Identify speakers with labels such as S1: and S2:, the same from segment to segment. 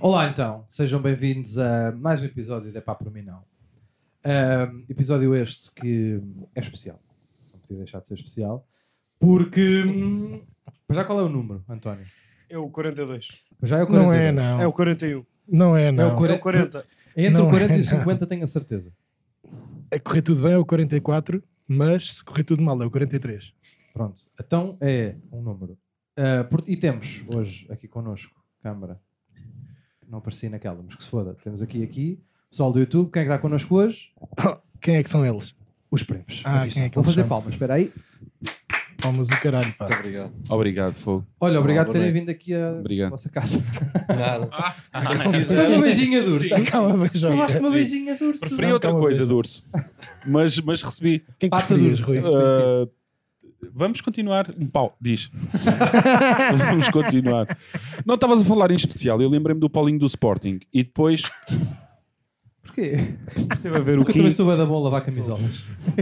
S1: Olá então, sejam bem-vindos a mais um episódio de Epá Por Mim Não. Ahm, episódio este que é especial, não podia deixar de ser especial, porque... hum, Para já qual é o número, António?
S2: É o 42.
S1: Para Já é o 42.
S3: Não é, não.
S2: É o 41.
S3: Não é, não.
S1: É o quar-
S2: É o 40.
S1: Entre o
S3: Não é,
S1: 40 e o
S3: não.
S1: 50 tenho a certeza.
S3: A correr tudo bem é o 44, mas se correr tudo mal é o 43.
S1: Pronto, então é um número. Ah, por- E temos hoje aqui connosco, câmara, não apareci naquela, mas que se foda, temos aqui, aqui, pessoal do YouTube, quem é que está connosco hoje?
S3: Quem é que são eles?
S1: Os primos.
S3: Ah,
S1: Aqui
S3: quem é
S1: estão.
S3: que
S1: Vou
S3: eles
S1: fazer
S3: são?
S1: palmas, espera aí.
S3: Palmas do caralho, pá.
S2: obrigado.
S4: Obrigado, Fogo.
S1: Olha, obrigado
S4: Olá,
S1: por
S4: boa
S1: terem
S4: noite.
S1: vindo aqui à
S4: Obrigado.
S1: vossa casa. Ah,
S2: Nada. Ah,
S1: Faz uma beijinha de urso.
S3: Calma, beijão.
S1: Tomaste uma beijinha de urso.
S4: Preferi
S3: Não,
S4: outra
S3: calma,
S4: coisa
S3: veja.
S4: do urso, mas, mas recebi.
S3: Quem é
S1: Pata
S3: preferias,
S1: dura,
S3: Rui?
S4: Ah, vamos continuar. Um pau, diz. vamos continuar. Não estavas a falar em especial, eu lembrei-me do Paulinho do Sporting e depois
S1: Porquê?
S2: Esteve a ver o
S1: Porque eu
S2: Kim,
S1: também sou bué da bom a lavar camisolas.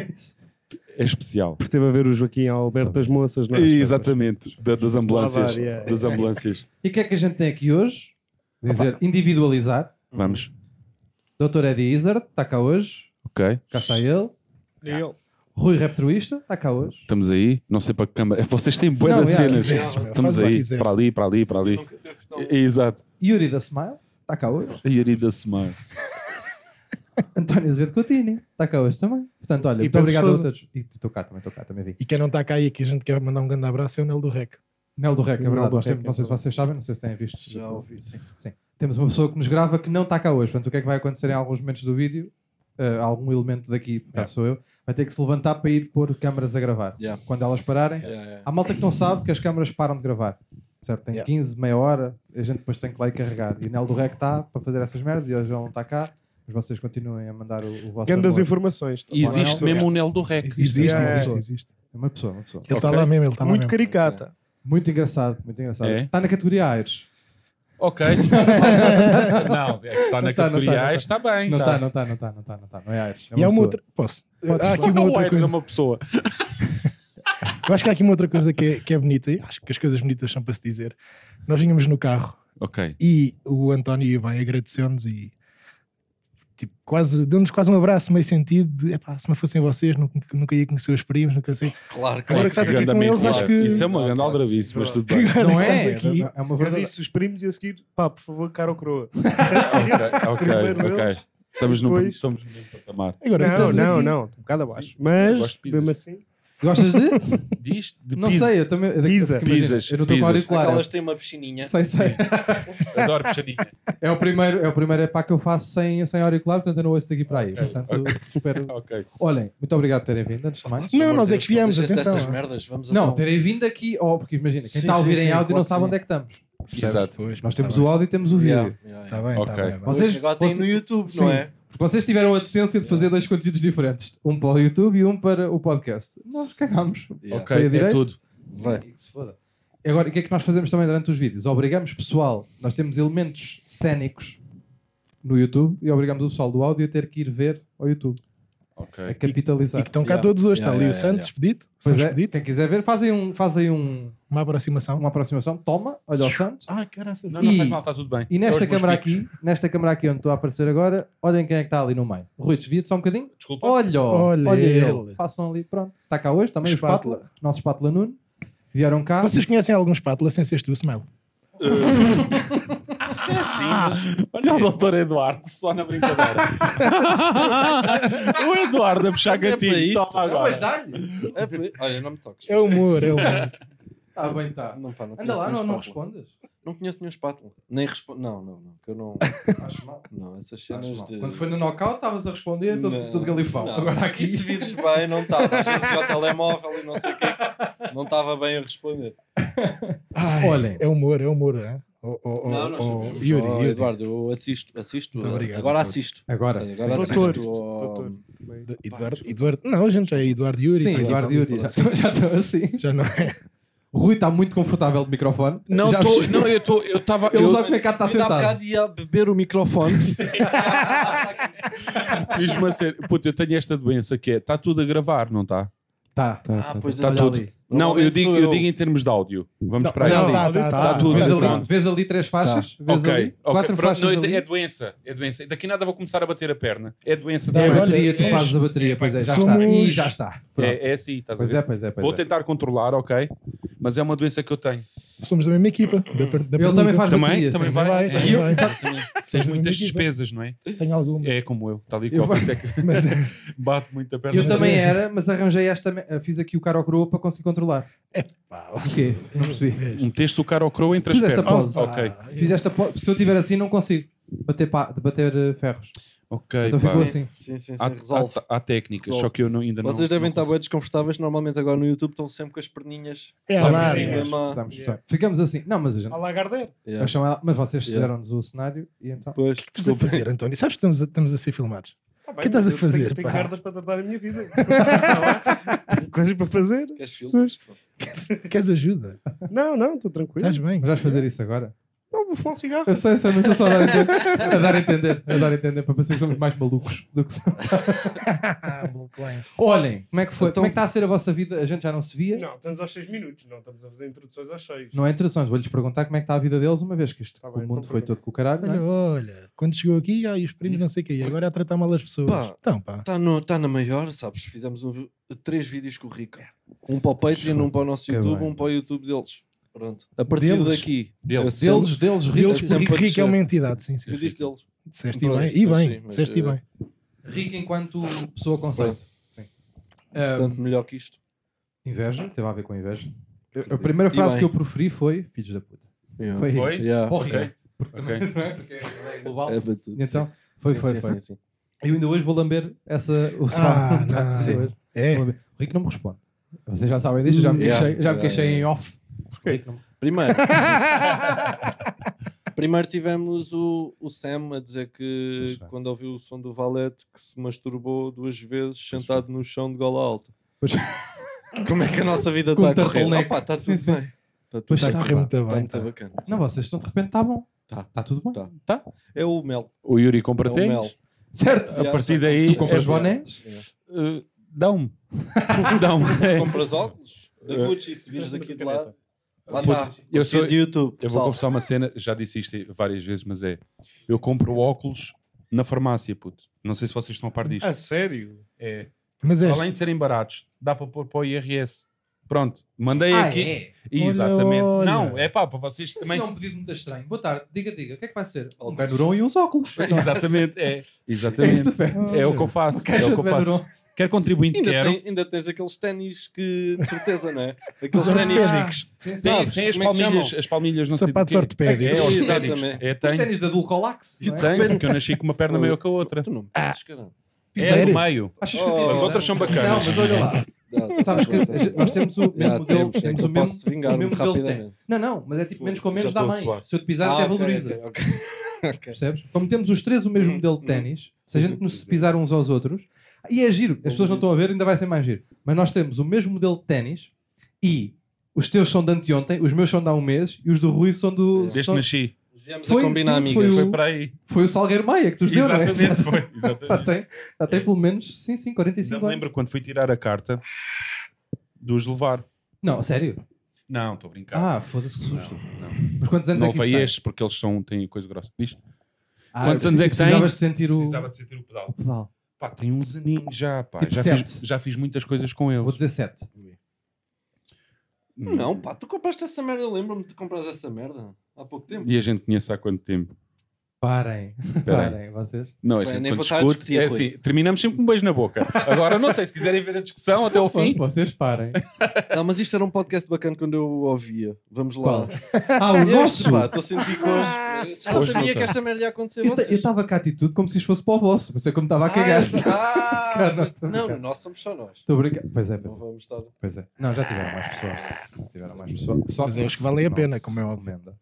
S4: é especial.
S2: esteve a ver o Joaquim Alberto das Moças, não é?
S4: Exatamente, da- das ambulâncias.
S2: Lavar, yeah.
S4: Das ambulâncias.
S1: E o que é que a gente tem aqui hoje? Dizer, individualizar.
S4: Vamos.
S1: Doutor Eddie Izzard, está cá hoje.
S4: Ok,
S1: Cá está ele.
S2: E ele?
S1: Rui Reptruísta, está cá hoje.
S4: estamos aí. Não sei para que câmara. Vocês têm
S1: Não,
S4: boas
S1: é,
S4: cenas.
S3: quiseres, meu, faz
S4: Estamos
S3: o que
S4: aí,
S3: quiser.
S4: para ali, para ali, para ali. É, é, Exato.
S1: Yuri da Smile, está cá hoje.
S4: E Ari da semana.
S1: António Azevedo Coutinho, está cá hoje também. Portanto, olha,
S3: E
S1: muito
S3: Pedro
S1: obrigado
S3: Sousa.
S1: a todos. E estou cá também, estou cá também. Vim.
S3: E quem não está cá e aqui a gente quer mandar um grande abraço é o Nel do Rec.
S1: Nel do Rec, é
S3: Nel
S1: verdade.
S3: do
S1: nós
S3: Rec,
S1: temos- Não
S2: então.
S1: sei se vocês sabem, não sei se têm visto.
S2: Já ouvi, sim.
S1: Temos uma pessoa que nos grava que não está cá hoje. Portanto, o que é que vai acontecer em alguns momentos do vídeo? eh, algum elemento daqui, por acaso sou eu, vai ter que se levantar para ir pôr câmaras a gravar.
S2: Yeah.
S1: Quando elas pararem. Há malta que não sabe que as câmaras param de gravar. Certo? Tem
S3: Yeah.
S1: 15, meia hora, a gente depois tem que lá ir carregar. E Nel do Rec está para fazer essas merdas e hoje ele não está cá. Mas vocês continuem a mandar o, o vosso.
S2: Grandes
S1: amor.
S2: informações.
S1: E-
S4: Existe
S1: Bom, é
S4: mesmo o Nel do Rec.
S3: Existe,
S2: Yeah,
S3: existe,
S2: yeah.
S3: existe.
S1: É uma pessoa, uma pessoa.
S3: Ele está
S4: Ok.
S3: lá mesmo, ele está lá
S2: Muito
S3: mesmo.
S2: caricata.
S1: Muito engraçado, muito engraçado.
S4: É?
S1: Está na categoria Aires.
S4: Ok. não, é que está
S1: Não
S4: na
S1: tá, não
S4: categoria
S1: tá, não
S4: A, está bem.
S1: Não
S4: tá.
S1: está, não está, não está, não está, não está. Não é Aires. É
S3: Então. E há uma
S1: pessoa.
S3: outra. Posso? Há aqui uma
S4: Não, o
S3: outra
S4: Aires
S3: coisa.
S4: é uma pessoa.
S3: Eu acho que há aqui uma outra coisa que é, que é bonita. e Acho que as coisas bonitas são para se dizer. Nós vínhamos no carro
S4: Ok.
S3: e o António e o bem agradeceu-nos e tipo, quase, deu-nos quase um abraço meio sentido de, epá, se não fossem vocês nunca, nunca ia conhecer os primos, nunca sei
S5: Claro,
S3: Agora que
S5: claro.
S3: estás aqui com eles, acho que-
S4: é Isso é uma grande
S5: Claro,
S4: aldrabice,
S5: sim,
S4: mas
S5: verdade.
S4: tudo bem.
S1: Não é?
S3: Agora que estás aqui-
S1: É uma
S2: Eu
S1: verdade.
S2: disse os primos e a seguir, pá, por favor, cara ou croa.
S4: Ok,
S2: Primeiro
S4: ok.
S2: eles.
S4: Estamos no,
S2: Depois-
S4: estamos no mesmo patamar.
S5: é
S3: Agora que
S2: Não,
S3: estás
S2: não,
S3: aqui-
S2: não. Um bocado abaixo.
S4: Eu gosto
S2: Mas,
S4: de pizzas.
S2: mesmo assim,
S1: Gostas de?
S4: Diz de
S1: Não
S4: pizza.
S1: sei, eu também. é daquilo que
S2: Pisa.
S1: imagina,
S4: Pisas,
S1: Eu não estou com
S4: pisas.
S1: auricular.
S5: Aquelas têm uma piscininha.
S1: Sei, sei.
S4: Adoro peixaninha.
S1: É o primeiro, é o primeiro epá que eu faço sem, sem auricular, portanto eu não ouço daqui para aí. Portanto, espero.
S4: ok.
S1: Olhem, muito obrigado por terem vindo, antes de mais.
S3: Não, nós é que viemos,
S5: Deixa-se
S3: atenção.
S5: dessas merdas, vamos
S1: Não,
S5: então.
S1: terem vindo aqui, oh, porque imagina, quem
S5: Sim,
S1: está a ouvir
S5: sim,
S1: em
S5: sim,
S1: áudio
S5: claro
S1: não
S5: que
S1: sabe
S5: sim.
S1: onde é que estamos.
S4: Exato.
S1: Nós temos o áudio e temos o vídeo.
S5: Yeah, yeah,
S3: Está
S5: yeah.
S3: bem,
S4: Ok.
S3: está bem. vai.
S1: Tá. Vocês,
S5: Agora
S1: vocês,
S5: tem no YouTube,
S1: Sim. Tá
S5: não é?
S1: porque vocês tiveram a decência de fazer dois conteúdos diferentes, um para o YouTube e um para o podcast. Nós cagámos.
S5: Yeah.
S1: Foi a
S4: Ok, é
S1: direito?
S4: tudo.
S5: Vai.
S1: Sim, que se foda. Agora, o que é que nós fazemos também durante os vídeos? Obrigamos pessoal, nós temos elementos cénicos no YouTube e obrigamos o pessoal do áudio a ter que ir ver ao YouTube, a
S4: Ok.
S3: E
S1: capitalizar.
S3: que estão cá
S5: Yeah.
S3: todos hoje. Está ali
S5: Yeah,
S3: o
S5: yeah,
S3: Santos,
S5: yeah,
S3: pedido.
S1: Pois
S3: Santos
S1: é,
S3: pedido.
S1: quem quiser ver, fazem, um, fazem um,
S3: Uma aproximação.
S1: uma aproximação, toma, olha o Santos.
S4: Ah, caraças. Não,
S1: E-
S4: não faz mal, está tudo bem.
S1: E
S4: É
S1: nesta
S4: os meus
S1: câmara
S4: picos.
S1: aqui, nesta câmara aqui onde estou a aparecer agora, olhem quem é que está ali no meio. Rui, desvia-te só um bocadinho.
S4: Desculpa.
S1: Olha, olha,
S3: Olha
S1: ele.
S3: ele.
S1: Façam ali, pronto. Está cá hoje também o
S3: Espátula.
S1: Espátula, nosso Espátula Nuno. Vieram cá.
S3: Vocês conhecem algum espátula sem seres tu, Smile?
S5: Isto é assim, mas
S4: Olha o doutor Eduardo, só na brincadeira. o Eduardo a puxar
S5: Mas é para
S4: gatinho.
S5: isto.
S4: Toma agora.
S1: dá-lhe.
S5: é por- Olha, não me toques.
S3: É humor, é humor.
S1: Está Tá bem, está.
S5: Não, pá, não
S1: Anda
S5: conheço
S1: lá,
S5: nenhum
S1: não, não
S5: espátula.
S1: respondas.
S5: Não conheço nenhum espátula. Nem respondo. Não, não, não. Que eu não.
S1: Acho mal.
S5: Não, essas
S1: Acho
S5: cenas
S1: mal.
S5: de.
S1: Quando foi no knockout, estavas a responder todo,
S5: Não,
S1: todo galifão.
S5: não.
S1: Agora aqui.
S5: E se vires bem, não tá, estava. Achei o telemóvel e não sei o quê. Não estava bem a responder.
S3: Ai,
S1: Olhem.
S3: É humor, é humor. hã? Oh, oh, oh,
S5: não, nós
S3: oh,
S5: sabemos.
S3: Yuri,
S5: Oh,
S3: Yuri.
S5: Eduardo, eu assisto. assisto
S3: Muito obrigado,
S5: agora
S3: doutor.
S5: assisto.
S1: Agora.
S5: Agora
S2: Doutor,
S5: assisto. ao-
S2: doutor.
S3: Eduardo, Eduardo, Eduardo- Não, a gente já é Eduardo Yuri.
S1: Sim,
S3: tá aqui,
S1: Eduardo
S3: tá
S1: e
S3: ali,
S1: Yuri.
S3: tá
S1: Já,
S3: lá.
S1: já estão assim.
S3: Já não é.
S1: O Rui está muito confortável de microfone.
S4: Não,
S1: já
S4: tô,
S1: percebi.
S4: não, eu tô- eu estava.
S1: Ele
S4: eu-
S1: sabe como é que está
S5: Ainda há
S1: sentado.
S5: bocado ia beber o microfone.
S4: Diz-me a sério, puto, eu tenho esta doença que é, está tudo a gravar, não está?
S1: Tá.
S4: Tá,
S5: Ah, pois
S4: tá
S5: olha
S4: tudo.
S1: ali.
S4: Não, eu
S5: Normalmente
S4: digo,
S5: sou
S4: eu
S5: eu.
S4: digo em termos de áudio. Vamos
S1: Não,
S4: para aí.
S1: não,
S4: ali.
S1: tá,
S2: tá,
S4: tá tudo.
S1: Vês ali,
S4: Pronto.
S1: vês ali três faixas?
S5: Tá.
S1: Vês
S4: Ok,
S1: ali
S4: ok.
S1: quatro
S4: Pronto,
S1: faixas
S4: não, é-
S1: ali.
S4: é doença, é doença. Daqui nada vou começar a bater a perna. É doença.
S1: Da
S4: da
S3: olha,
S1: bateria, tu
S4: é-
S1: fazes a bateria,
S4: é-
S1: pois é, já
S3: somos-
S1: está. E já está. Pronto.
S4: É, é assim, estás
S1: Pois
S4: a
S1: é,
S4: ver?
S1: pois é, pois
S4: Vou
S1: é.
S4: tentar controlar, ok? Mas é uma doença que eu tenho.
S3: Somos da mesma equipa. Da, per- da
S1: Ele
S3: pergunta.
S1: também faz
S4: Também?
S1: baterias.
S4: Também
S1: sim.
S3: Vai, vai,
S4: É,
S3: vai,
S4: Tens
S3: Sim,
S4: muitas
S3: sim.
S4: despesas, não é?
S3: Tenho alguma.
S4: É como eu, tal e
S1: né? Eu
S4: qual.
S1: vou-
S4: por isso é que
S3: Mas,
S4: bate muito a perna.
S1: Eu
S4: Mas
S1: também
S4: é-
S1: era, mas arranjei esta. me- eh, Fiz aqui o caro ao coroa para conseguir controlar.
S3: pá,
S1: Porquê? Não percebi.
S4: Meteste o cara ao crow entre as
S1: Fiz esta
S4: pernas.
S1: pose. Ah.
S4: Ok,
S1: Fiz esta. po- Se eu tiver assim, não consigo bater, pa- de bater eh, ferros.
S4: ok.
S1: Então
S4: pá.
S1: ficou assim.
S5: Sim, Ah, tá, sim, sim.
S4: Há,
S5: Resolve.
S4: há- há técnicas,
S5: Resolve.
S4: só que eu não, ainda não.
S5: Vocês devem
S4: não
S5: estar
S4: consigo.
S5: bem desconfortáveis, normalmente agora no YouTube estão sempre com as perninhas.
S3: É,
S5: Sabe,
S3: lá,
S5: sim,
S3: é.
S5: mesmo a-
S1: Estamos-
S2: Yeah.
S1: Ficamos assim. Não, mas a gente.
S2: A lagarder.
S5: Yeah.
S1: Mas são ela- Mas vocês
S5: Yeah.
S1: fizeram-nos o cenário e então.
S5: Pois.
S3: Estás a fazer, António? Sabes que estamos a, estamos a ser filmados?
S2: Tá
S3: O que estás a fazer,
S2: Tenho, tenho
S3: pá?
S2: merdas para tratar a minha vida. tenho coisas para fazer.
S5: Queres filme?
S2: Pessoas.
S3: Queres ajuda?
S2: Não, não, estou tranquilo.
S3: Estás bem?
S1: Mas vais fazer isso agora?
S2: Não, vou fumar um cigarro.
S1: Eu sei, sei, mas eu só a dar a entender. A dar a entender, a dar a entender para pensar que somos mais malucos do que somos.
S3: Ah, bloqueios.
S1: Olhem, como é que foi?
S5: Então-
S1: Como é que está a ser a vossa vida? A gente já não se via.
S2: Não, estamos aos 6 minutos. Não estamos a fazer introduções aos 6.
S1: Não é interessante, vou-lhes perguntar como é que está a vida deles, uma vez que isto,
S2: Tá
S1: o
S2: bem,
S1: mundo
S2: então
S1: foi
S2: pergunta.
S1: todo com o caralho. não é?
S3: Olha, olha, quando chegou aqui, ai, os primos não sei o quê, e agora é a tratar mal as pessoas.
S5: Pá.
S3: Então, pá.
S5: Está Tá no- está na maior, sabes? Fizemos um- três vídeos com o Rico. Um para o Patreon, um para o nosso
S1: Que
S5: YouTube,
S1: bem.
S5: um para o YouTube deles. Pronto. A partir
S3: Deles?
S5: daqui.
S4: Deles.
S5: é sempre-
S1: Deles, deles,
S3: Deles,
S1: ricos.
S5: sempre
S3: Rico,
S5: a
S3: Rico é
S5: descer.
S3: uma entidade, sim, sim.
S5: Eu disse deles.
S3: Disseste e
S5: Pronto,
S3: bem, e
S5: mas
S3: bem,
S5: sim, mas,
S3: disseste e
S5: eh,
S3: bem.
S1: Rico enquanto pessoa conceito. Sim. Ah, É.
S5: Portanto, melhor que isto.
S1: inveja, teve a ver com inveja. Eu- a primeira
S5: E
S1: frase
S5: bem.
S1: que eu proferi foi filhos da puta. Foi isto.
S4: Foi?
S5: Yeah.
S1: Ou rico.
S4: Ok.
S1: Porque também- não é? Porque é global.
S5: É para tudo.
S1: E então, foi,
S5: Sim,
S1: foi,
S5: sim,
S1: foi.
S5: sim, sim.
S1: Eu ainda hoje vou lamber essa, o sofá.
S3: Ah, não.
S1: Sim.
S3: Sim. É,
S1: Vou lamber. O Rico não me responde. Vocês já sabem disso, já me
S5: Yeah.
S1: queixei, já me
S5: Yeah,
S1: queixei
S5: yeah,
S1: em off. O Rico não me-
S5: Primeiro. Primeiro tivemos o, o Sam a dizer que
S1: Pois bem.
S5: quando ouviu o som do Valete que se masturbou duas vezes sentado no chão de gola alta.
S1: Pois-
S5: Como é que a nossa vida
S1: Com um
S5: está a
S1: tanto
S5: correr?
S1: leque.
S5: Opa, está tudo
S1: Sim, sim.
S5: bem. Está tudo
S1: Pois tá
S3: está a
S5: bem.
S1: está,
S3: correr
S1: pá.
S3: muito
S5: Está
S3: bem.
S5: muito
S3: tá.
S5: bacana.
S1: Não, vocês estão de repente, está bom.
S5: Tá.
S1: Está tudo bem.
S5: Tá.
S4: Tá?
S5: É o Mel.
S4: O Yuri
S5: É
S4: compra
S5: o
S4: tênis.
S5: Mel.
S1: Certo?
S4: A partir daí.
S1: Tu compras
S4: é-
S1: bonés?
S4: Uh, Dá-me. Dá-me.
S5: Se
S4: É.
S5: compras óculos da Gucci, se vires aqui de lado. Lá está.
S4: Eu, sou,
S5: Vídeo de YouTube.
S4: eu vou
S5: pessoal.
S4: confessar uma cena, já disse isto várias vezes, mas é. Eu compro óculos na farmácia, puto. Não sei se vocês estão a par
S1: Ah,
S4: disto.
S2: A sério?
S4: É.
S3: Mas é,
S4: Além de serem baratos, dá para pôr para o IRS. Pronto, mandei
S1: Ah,
S4: aqui.
S1: é?
S3: Olha,
S4: Exatamente.
S3: olha.
S4: Não, é pá, para vocês
S1: Isso
S4: também.
S1: é um pedido muito estranho. Boa tarde, diga, diga, o que é que vai ser? Um
S5: Óculos.
S1: bedurão e uns óculos.
S4: Exatamente, é.
S1: É isso
S4: Exatamente.
S1: que tu fez.
S4: É
S3: um
S4: o que eu faço. É
S1: Caixa
S4: o
S1: de
S4: que eu faço.
S1: bedurão.
S4: Quer contribuinte,
S5: Ainda,
S4: quero.
S5: tem- ainda tens aqueles ténis que, de certeza, não é? Aqueles
S3: Os
S5: ténis.
S3: ortopédicos,
S1: Sim, sim.
S4: Tem,
S5: Sabes,
S4: tem as
S5: como é que
S4: palmilhas,
S5: chamam?
S4: as palmilhas não
S3: Sapatos
S4: sei do quê.
S3: ortopédicos.
S4: É, ortopédicos.
S5: Exatamente.
S4: É,
S1: Os
S4: tem.
S1: ténis da Dulcolax. não é? Ah.
S4: Tem, porque eu nasci com uma perna
S5: é
S4: maior que a outra.
S5: Tu não me dizes, caramba.
S4: É
S3: Sério?
S4: do meio.
S1: Achas que eu tive-
S5: Oh,
S4: As outras são
S1: Não,
S4: bacanas.
S1: mas olha lá.
S5: Não,
S1: Sabes que a gente- nós temos o mesmo
S5: Já
S1: modelo.
S5: temos,
S1: Temos,
S5: é que
S1: o
S5: eu
S1: mesmo,
S5: posso vingar-me
S1: o mesmo modelo que tem.
S5: rapidamente.
S1: Não, não, mas é tipo menos com
S5: Foda-se,
S1: menos dá
S5: já estou a
S1: mais.
S5: suar.
S1: Se eu te pisar,
S5: Ah,
S1: até
S5: ok,
S1: valoriza.
S5: ok, ok.
S1: Percebes? Como temos os três o mesmo
S5: Hum,
S1: modelo de
S5: hum.
S1: ténis, se a gente
S5: Sim,
S1: nos
S5: sim.
S1: pisar uns aos outros. E é giro, as pessoas não estão a ver, ainda vai ser mais giro. Mas nós temos o mesmo modelo de ténis e os teus são de anteontem, os meus são de há um mês e os do Rui são do.
S4: Desde
S1: são-
S4: que nasci.
S5: Viemos
S1: Foi,
S5: a combinar,
S1: sim,
S5: amigas.
S1: foi o-
S4: Foi para aí.
S1: Foi o Salgueiro Maia que tu os deu, não é? Já,
S4: Exatamente, foi.
S1: já
S4: Exatamente.
S1: tem, já tem
S4: É.
S1: pelo menos, sim, sim,
S4: Ainda
S1: 45
S4: me
S1: anos.
S4: lembro quando fui tirar a carta dos levar.
S1: Não, sério.
S4: Não, estou a brincar.
S1: Ah, foda-se que
S4: não,
S1: susto.
S4: não.
S1: Mas quantos anos
S4: Não
S1: é que isso tem?
S4: alfaieste, porque eles são, têm coisa grossa. Diz?
S1: Ah,
S4: Quantos anos é que tem?
S1: Precisavas de sentir o.
S4: Precisava de sentir o pedal.
S1: o pedal.
S4: Pá, tem uns aninhos já, pá.
S1: Tipo
S4: já, fiz,
S1: sete.
S4: já fiz muitas coisas com eles. Hum.
S1: Vou dizer 7.
S5: Não, pá, tu compraste essa merda. Eu lembro-me de comprar essa merda há pouco tempo.
S4: E a gente conhece há quanto tempo?
S1: Parem,
S4: Espera aí.
S1: parem, vocês.
S4: Não, a
S5: Bem,
S4: gente
S5: nem
S4: quando
S5: vou estar a
S4: discute,
S5: discutir,
S4: é
S5: Rui.
S4: assim, terminamos sempre com um beijo na boca. Agora, não sei, se quiserem ver a discussão até ao fim...
S1: Vocês parem.
S5: Não, mas isto era um podcast bacana quando eu ouvia. Vamos
S1: Qual?
S5: lá.
S1: Ah, o nosso! Ah,
S5: Este, pá, Estou a sentir que hoje. Eu
S4: Hoje não
S5: sabia
S4: tá.
S5: que esta merda ia acontecer.
S1: Eu
S5: vocês- Ah,
S1: estava com a atitude como se isto fosse para o vosso, mas é como estava a cagar.
S5: este- ah,
S1: Cara,
S5: pois-
S1: não,
S5: não,
S1: cara.
S5: no nosso somos só nós.
S1: Estou a brincar. Pois é,
S5: Não
S1: pois é,
S5: vamos estar.
S1: pois é. Não, já tiveram mais pessoas. Já tiveram mais pessoas. Só
S3: Mas eu acho que valem a
S1: Não,
S3: pena, como é óbvio.
S1: recomenda.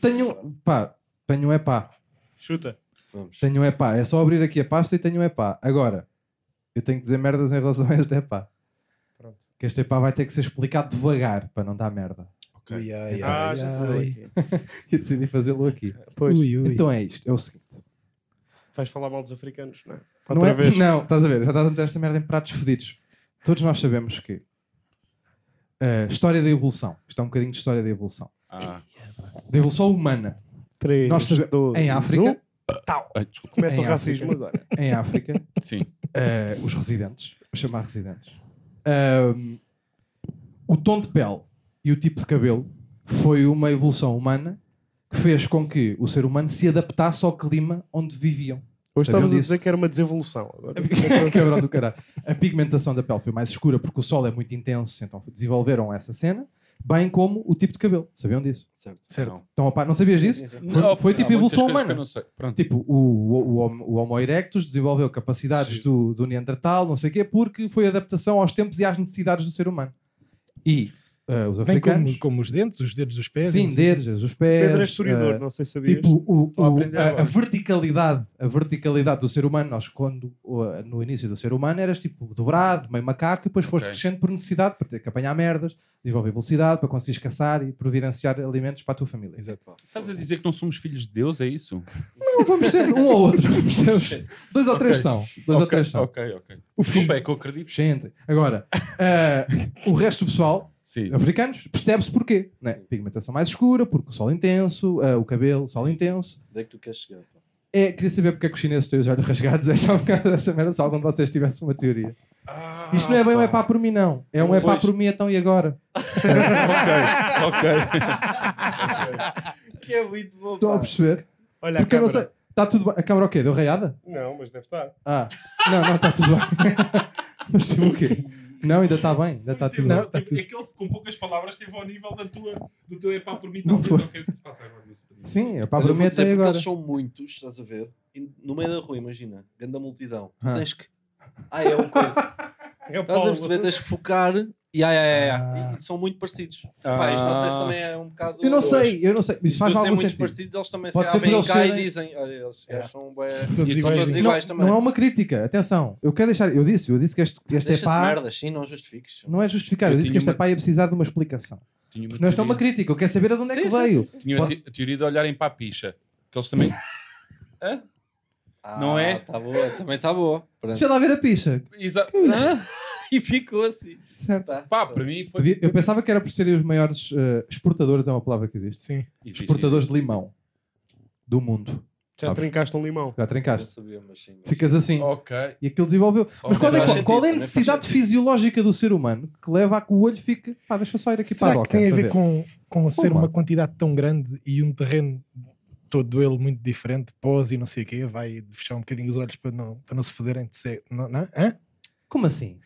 S1: Tenho, pá, tenho um epá.
S2: Chuta.
S5: Vamos.
S1: Tenho um epá. É só abrir aqui a pasta e tenho um epá. Agora, eu tenho que dizer merdas em relação a este epá.
S2: Pronto.
S1: Que este epá vai ter que ser explicado devagar para não dar merda.
S5: É,
S3: Ui, ai,
S1: Então,
S3: ai,
S2: Ah, já
S3: ai.
S2: sei.
S1: Que eu decidi fazê-lo aqui.
S2: Pois.
S3: Ui, ui.
S1: Então é isto, é o seguinte.
S2: Vais falar mal dos africanos, não é?
S1: não
S2: Outra
S1: é-
S2: vez.
S1: Não, estás a ver, já estás a meter esta merda em pratos fedidos. todos nós sabemos que eh, história da evolução. Isto é um bocadinho de história da evolução.
S4: Ah,
S1: Da evolução humana.
S2: 3,
S1: Nós sabemos- Em África,
S4: ai, desculpa.
S2: começa
S1: em
S2: o racismo agora.
S1: em África,
S4: Sim.
S1: eh, os residentes, vou chamar residentes, Ahm, o tom de pele e o tipo de cabelo foi uma evolução humana que fez com que o ser humano se adaptasse ao clima onde viviam.
S2: Hoje
S1: Sabiam
S2: estavas a
S1: disso? É.
S2: dizer que era uma desevolução. Agora.
S1: Cabrão do caralho. A pigmentação da pele foi mais escura porque o sol é muito intenso, então desenvolveram essa cena, bem como o tipo de cabelo. Sabiam disso?
S5: Certo.
S3: Certo.
S1: Então, opá, não sabias disso?
S5: Sim, sim, sim.
S1: Foi-
S4: Não,
S1: foi
S4: há
S1: tipo
S4: muitas
S1: evolução
S4: coisas que
S1: humana.
S4: eu não sei. Pronto.
S1: Tipo, o, o, o Homo- o Homo erectus desenvolveu capacidades
S4: Sim.
S1: do, do Neandertal, não sei o quê, porque foi adaptação aos tempos e às necessidades do ser humano. E eh, os
S3: Bem
S1: africanos.
S3: como, como os dentes, os dedos dos pés.
S1: sim,
S3: não sei.
S1: dedos, os pés.
S2: Pedro é historiador,
S1: eh,
S2: não sei se sabias.
S1: Tipo, o,
S4: Estou a
S1: o-
S4: aprender
S1: a,
S4: agora.
S1: a verticalidade, a verticalidade do ser humano, nós quando o- no início do ser humano eras tipo dobrado, meio macaco, e depois foste
S4: Ok.
S1: crescendo por necessidade para ter que apanhar merdas, desenvolver velocidade para conseguires caçar e providenciar alimentos para a tua família.
S5: Pá,
S4: Estás a dizer que não somos filhos de Deus, é isso?
S1: Não, vamos ser um ou outro, percebes? Dois ou três
S4: Ok.
S1: são. Dois ou
S4: ok,
S1: três são.
S4: ok, ok. Desculpa, é que eu acredito.
S1: Gente, agora, eh, o resto do pessoal,
S4: Sim.
S1: africanos, percebe-se porquê. Né? Pigmentação mais escura, porque o sol intenso, eh, o cabelo, sol intenso.
S5: Onde é que tu queres chegar? pá?
S1: É, queria saber porque é que os chineses têm os olhos rasgados. É só um bocado dessa merda, se algum de vocês tivesse uma teoria.
S2: Ah,
S1: Isto não é bem um é pá por mim, não. É um é pá
S4: Ah, Pois.
S1: por mim, então e agora?
S4: ok, ok.
S5: Que é muito bom.
S1: Estão a perceber?
S2: Olha, a
S1: Porque eu não
S2: câmara.
S1: sei. Está tudo bem. A câmara o quê? Deu raiada?
S2: Não, mas deve estar.
S1: Ah, não, não, está tudo bem. Mas tipo o quê? Não, ainda está bem. Ainda está tudo bem. Tá tudo-
S4: é que ele, com poucas palavras, esteve ao nível da tua, do teu epá por mim.
S1: Não foi.
S4: o que se passa agora nisso?
S1: Sim, é pá
S5: Pá,
S1: por
S5: eu
S1: mim
S5: vou
S1: até
S5: dizer porque
S1: agora.
S5: eles são muitos, estás a ver? E no meio da rua, imagina, grande multidão.
S1: Ah.
S5: Tens que. Ah, é uma coisa.
S2: É o
S5: Estás a
S2: Paulo.
S5: perceber? Tens que focar. E, ai, ai, ai, ai.
S3: Ah.
S5: E são muito parecidos. Pá, isto não sei se também é um bocado.
S1: Ah. Eu não sei, eu não sei. Isso faz
S5: Se
S1: algum
S5: muito
S1: sentido.
S5: parecidos, eles também
S1: Pode
S5: se
S1: ser
S5: calhar, vêm
S1: por
S5: cá
S1: eles
S5: e
S1: serem-
S5: dizem: Olha, eles
S2: É.
S5: acham bem.
S3: Todos
S5: São
S3: iguais.
S5: todos
S3: né?
S1: Não,
S5: iguais também.
S1: não é uma crítica, atenção. Eu quero deixar, eu disse, eu disse que este, este é
S5: Deixa-te
S1: pá,
S5: merda, sim, não justifiques.
S1: não é justificar, eu,
S4: Eu
S1: disse que
S4: tinha
S1: este é
S4: uma-
S1: pá ia precisar de uma explicação.
S4: Tinha uma
S1: Porque não é só uma
S4: teoria.
S1: crítica, eu quero saber de onde é
S5: Sim,
S1: que
S5: sim,
S1: veio.
S5: sim, sim.
S4: Tinha a te- a teoria de olharem para a picha. Que eles também... Não
S5: Ah,
S4: é?
S5: Tá boa, também está boa. Pronto.
S1: Deixa lá ver a picha.
S4: Exa-
S5: E ficou assim.
S1: Certo.
S5: Tá,
S4: Pá,
S5: tá.
S4: para mim foi...
S1: Eu pensava que era por serem os maiores eh, exportadores, é uma palavra que existe.
S3: Sim.
S4: Existe,
S1: Exportadores
S4: existe.
S1: de limão do mundo.
S2: Já
S1: Sabes?
S2: trincaste um limão.
S1: Já
S5: Não
S1: trincaste.
S5: sabia, mas sim. mas-
S1: Ficas assim.
S4: Ok.
S1: E aquilo desenvolveu. Mas
S4: Ok.
S1: qual é,
S5: Faz
S1: qual,
S5: sentido,
S1: qual é a
S5: também faz
S1: necessidade
S5: sentido.
S1: fisiológica do ser humano que leva a que o olho fique. Pá, deixa eu só ir aqui
S3: Será
S1: para a
S3: que tem a
S1: doca,
S3: ver
S1: para
S3: com, com ser
S1: mano.
S3: uma quantidade tão grande e um terreno todo ele muito diferente, pós e não sei o quê, vai fechar um bocadinho os olhos para não, para não se foderem de ser. Não, não? Hã?
S1: Como assim?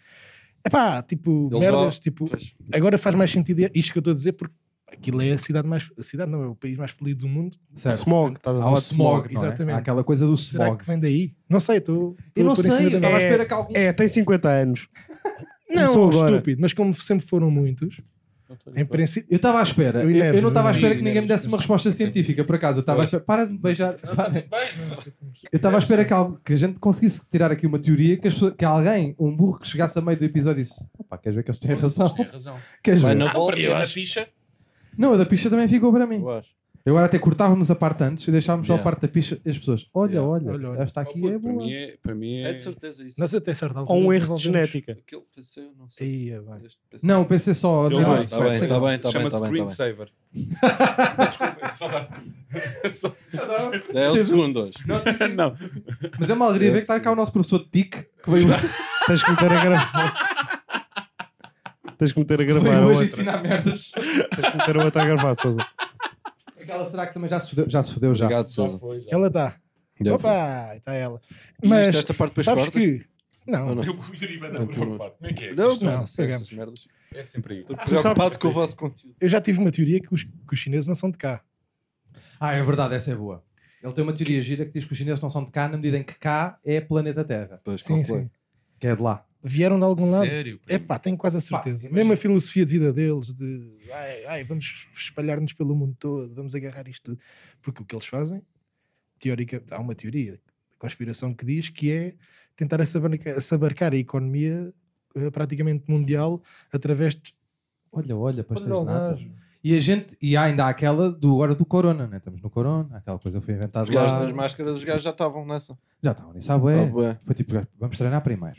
S3: Epá, tipo,
S5: Eles
S3: merdas,
S5: lá-
S3: tipo,
S5: Pois,
S3: agora faz mais sentido isto que eu estou a dizer porque aquilo é a cidade mais, a cidade não, é o país mais poluído do mundo.
S1: Certo.
S2: Smog, estás a
S1: Há
S2: falar
S1: o
S2: de
S1: smog,
S3: smog,
S1: não é?
S3: exatamente.
S1: Há aquela coisa do
S3: Será
S1: smog.
S3: que vem daí? Não sei, estou
S1: Eu não sei, eu
S3: da
S1: estava à
S2: É-
S1: espera que algum...
S2: É, tem 50 anos.
S3: Não,
S2: Começou agora.
S3: estúpido, mas como sempre foram muitos, em princípio,
S1: Eu estava à espera. Eu,
S3: Eu
S1: eu
S3: inervo, é?
S1: não estava à
S4: sim,
S1: espera que ninguém me
S4: inervo,
S1: desse uma
S4: sim.
S1: resposta científica, por acaso. Eu estava à espera... Para de me beijar. Para. Eu estava à espera que, algo, que a gente conseguisse tirar aqui uma teoria que, as pessoas- que alguém, um burro que chegasse a meio do episódio e disse opá, queres ver que eles têm razão?
S4: Tem razão.
S1: Queres
S5: Vai
S1: ver?
S5: na
S4: Ah,
S5: volta.
S4: para mim,
S5: eu
S4: na
S5: acho.
S4: picha,
S1: Não, a da picha também ficou para mim.
S5: eu acho.
S1: Eu Agora até cortávamos a parte antes e deixávamos só a
S5: Yeah.
S1: parte da picha e as pessoas olha,
S5: Yeah.
S1: olha,
S3: Olha, olha.
S1: esta
S4: Oh,
S1: aqui
S4: puto,
S1: é
S4: para
S1: boa.
S4: mim é- Para mim é...
S5: É de certeza isso.
S3: nós até certa altura
S2: Ou um erro de
S3: resolvemos-
S2: genética.
S5: Aquele PC, eu não sei. se-
S3: Ia, vai.
S5: este é PC.
S1: Não, pensei é só...
S4: Eu
S1: dizer
S4: vou,
S1: isto,
S5: tá bem,
S1: isto é
S5: tá
S1: que-
S5: bem, tá bem,
S4: Chama-se
S5: tá bem, tá
S4: Screensaver. Desculpa, só dá- só-
S5: É o segundo hoje.
S4: Não,
S1: Mas é uma alegria ver que está cá o nosso professor de TIC que veio,
S2: Tens que meter a gravar. Tens que meter a
S1: que
S2: gravar a
S1: veio hoje
S2: outra.
S1: ensinar merdas.
S2: Tens que meter a outra a gravar, Sousa.
S1: Aquela será que também já se fodeu? Já se fodeu já.
S5: Obrigado,
S4: já
S5: Sousa.
S4: foi, já.
S3: Ela está.
S5: Já
S3: Opa, está ela.
S5: E
S1: é
S3: Mas
S5: isto, esta parte depois é?
S3: sabes
S5: cortas?
S3: que. Não,
S5: Ou não?
S4: Eu com o Yuri Banda
S5: Não, tu-
S4: preocupado. Como é que é?
S5: Não,
S3: Isto não,
S5: não, sei
S3: pegamos.
S5: estas merdas.
S4: É sempre aí.
S5: Estou
S2: sabes
S5: preocupado
S2: que-
S5: com o vosso conteúdo.
S3: eu já tive uma teoria que os, que os chineses não são de cá.
S1: Ah, é verdade, essa é boa. Ele tem uma teoria gira que diz que os chineses não são de cá na medida em que cá é planeta Terra,
S5: Pois,
S3: Sim,
S5: calculei.
S3: sim.
S1: que é de lá.
S3: Vieram de algum lado.
S4: Sério?
S3: É pá, tenho quase a certeza.
S1: imagina.
S3: Mesmo a filosofia de vida deles, de ai, ai, vamos espalhar-nos pelo mundo todo, vamos agarrar isto tudo. Porque o que eles fazem, teórica, há uma teoria da conspiração que diz que é tentar assabarca- assabarcar a economia eh, praticamente mundial através de.
S1: Olha, olha, pastéis de
S3: Olha lá,
S1: nata. E a gente, e há ainda aquela do agora do Corona, né? Estamos no Corona, aquela coisa foi inventada
S5: Os gajos
S1: lá.
S5: das máscaras, os gajos já estavam nessa.
S3: É.
S1: Já estavam nisso à
S5: Ah,
S1: bué.
S5: bué.
S1: Foi tipo, vamos treinar primeiro.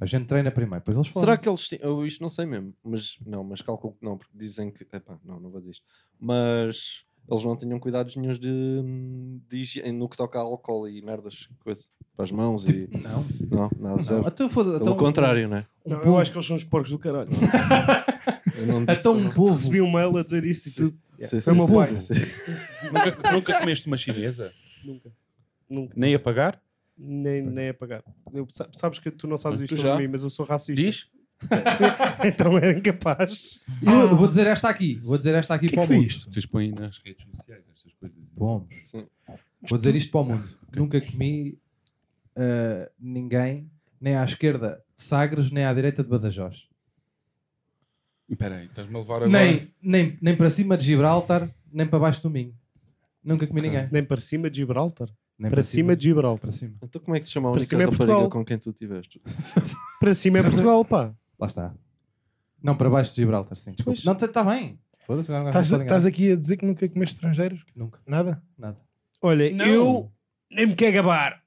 S1: A gente treina primeiro, depois eles falam.
S5: Será que eles tinham. Eu isto não sei mesmo, mas não, mas calculo que não, porque dizem que. Epá, não, não vou dizer isto. Mas eles não tinham cuidados nenhum de, hum, de higiene no que toca a álcool e merdas, coisa. Para as mãos e.
S1: Não,
S5: Não, nada,
S1: não.
S5: zero.
S1: Então, foda,
S5: Pelo contrário, né?
S1: Um
S2: Não,
S1: povo,
S2: eu acho que eles são os porcos do caralho.
S5: Eu não
S1: então um povo.
S2: Recebi um mail a dizer isso e
S5: Sim.
S2: tudo. Foi o
S5: Sim, sim,
S2: meu
S5: sim,
S2: pai.
S5: sim, sim.
S4: Nunca, nunca comeste uma chinesa?
S2: Nunca. Nunca.
S4: Nem a pagar?
S2: Nem, nem apagar. Eu, sa- sabes que tu não sabes
S4: Tu
S2: isto
S4: já?
S2: sobre mim, mas eu sou racista.
S4: Diz?
S2: Então era incapaz.
S1: Eu vou dizer esta aqui. Vou dizer esta aqui
S3: que
S1: para
S3: é
S1: o
S3: que foi
S1: mundo.
S3: isto?
S4: Vocês põem nas redes sociais estas coisas.
S1: Bom,
S5: Sim.
S1: vou dizer isto para o mundo. Nunca comi eh, ninguém, nem à esquerda de Sagres, nem à direita de Badajoz.
S4: Espera aí, estás-me a levar agora...
S1: Nem, nem, nem para cima de Gibraltar, nem para baixo do Minho. Nunca comi
S4: Ok.
S1: ninguém.
S2: Nem para cima de Gibraltar.
S1: Nem
S2: para cima de Gibraltar.
S1: Para cima.
S5: Então como é que se chama a
S2: Para
S5: única
S2: cima é
S5: rapariga
S2: Portugal.
S5: com quem tu tiveste?
S2: Para cima é Portugal, pá.
S1: Lá está. Não, para baixo de Gibraltar, sim. desculpa.
S2: Pois.
S1: Não, está bem. Foda-se, agora não
S3: Estás
S1: estou
S3: estás aqui a dizer que nunca comeste estrangeiros?
S1: Nunca,
S3: Nada?
S1: nada.
S2: Olha,
S4: Não.
S2: eu nem me quero gabar.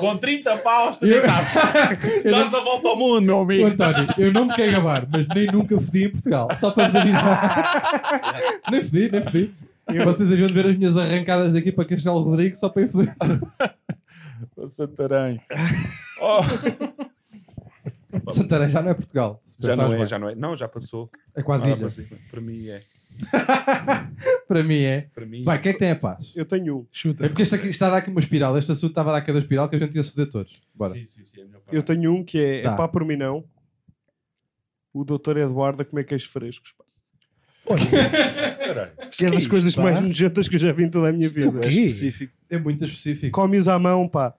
S4: Com 30 paus, tu nem sabes. Dás a volta ao mundo, meu
S1: Ô,
S4: amigo.
S1: António, eu não me quero gabar, mas nem nunca fodi em Portugal. Só para vos avisar. nem fodi, nem fodi. Vocês haviam de ver as minhas arrancadas daqui para Castelo Rodrigo só para eu foder.
S4: Para Santarém. Oh,
S1: Santarém já não é Portugal. se
S4: já não
S1: pensares
S4: é,
S1: bem.
S4: já não é. Não, já passou.
S1: É quase
S4: Ah,
S1: ilha.
S4: passou. Para mim é.
S1: Para mim é.
S4: Para mim
S1: Vai, quem é que tem a paz?
S2: Eu tenho um.
S1: É
S3: Chuta.
S1: porque este aqui está a dar aqui uma espiral. Este assunto estava a dar aqui uma espiral que a gente ia se foder todos. Bora.
S4: Sim, sim, sim. É melhor parar.
S2: Eu tenho um que é,
S1: Tá.
S2: é pá por mim não. O doutor Eduardo é a comer queijos frescos. pá.
S4: Caralho.
S2: Que é das
S3: isto,
S2: coisas
S3: pá?
S2: mais nojentas que eu já vi em toda a minha
S5: Isto é
S2: vida.
S5: bué específico.
S1: É muito específico.
S2: Come-os à mão, pá.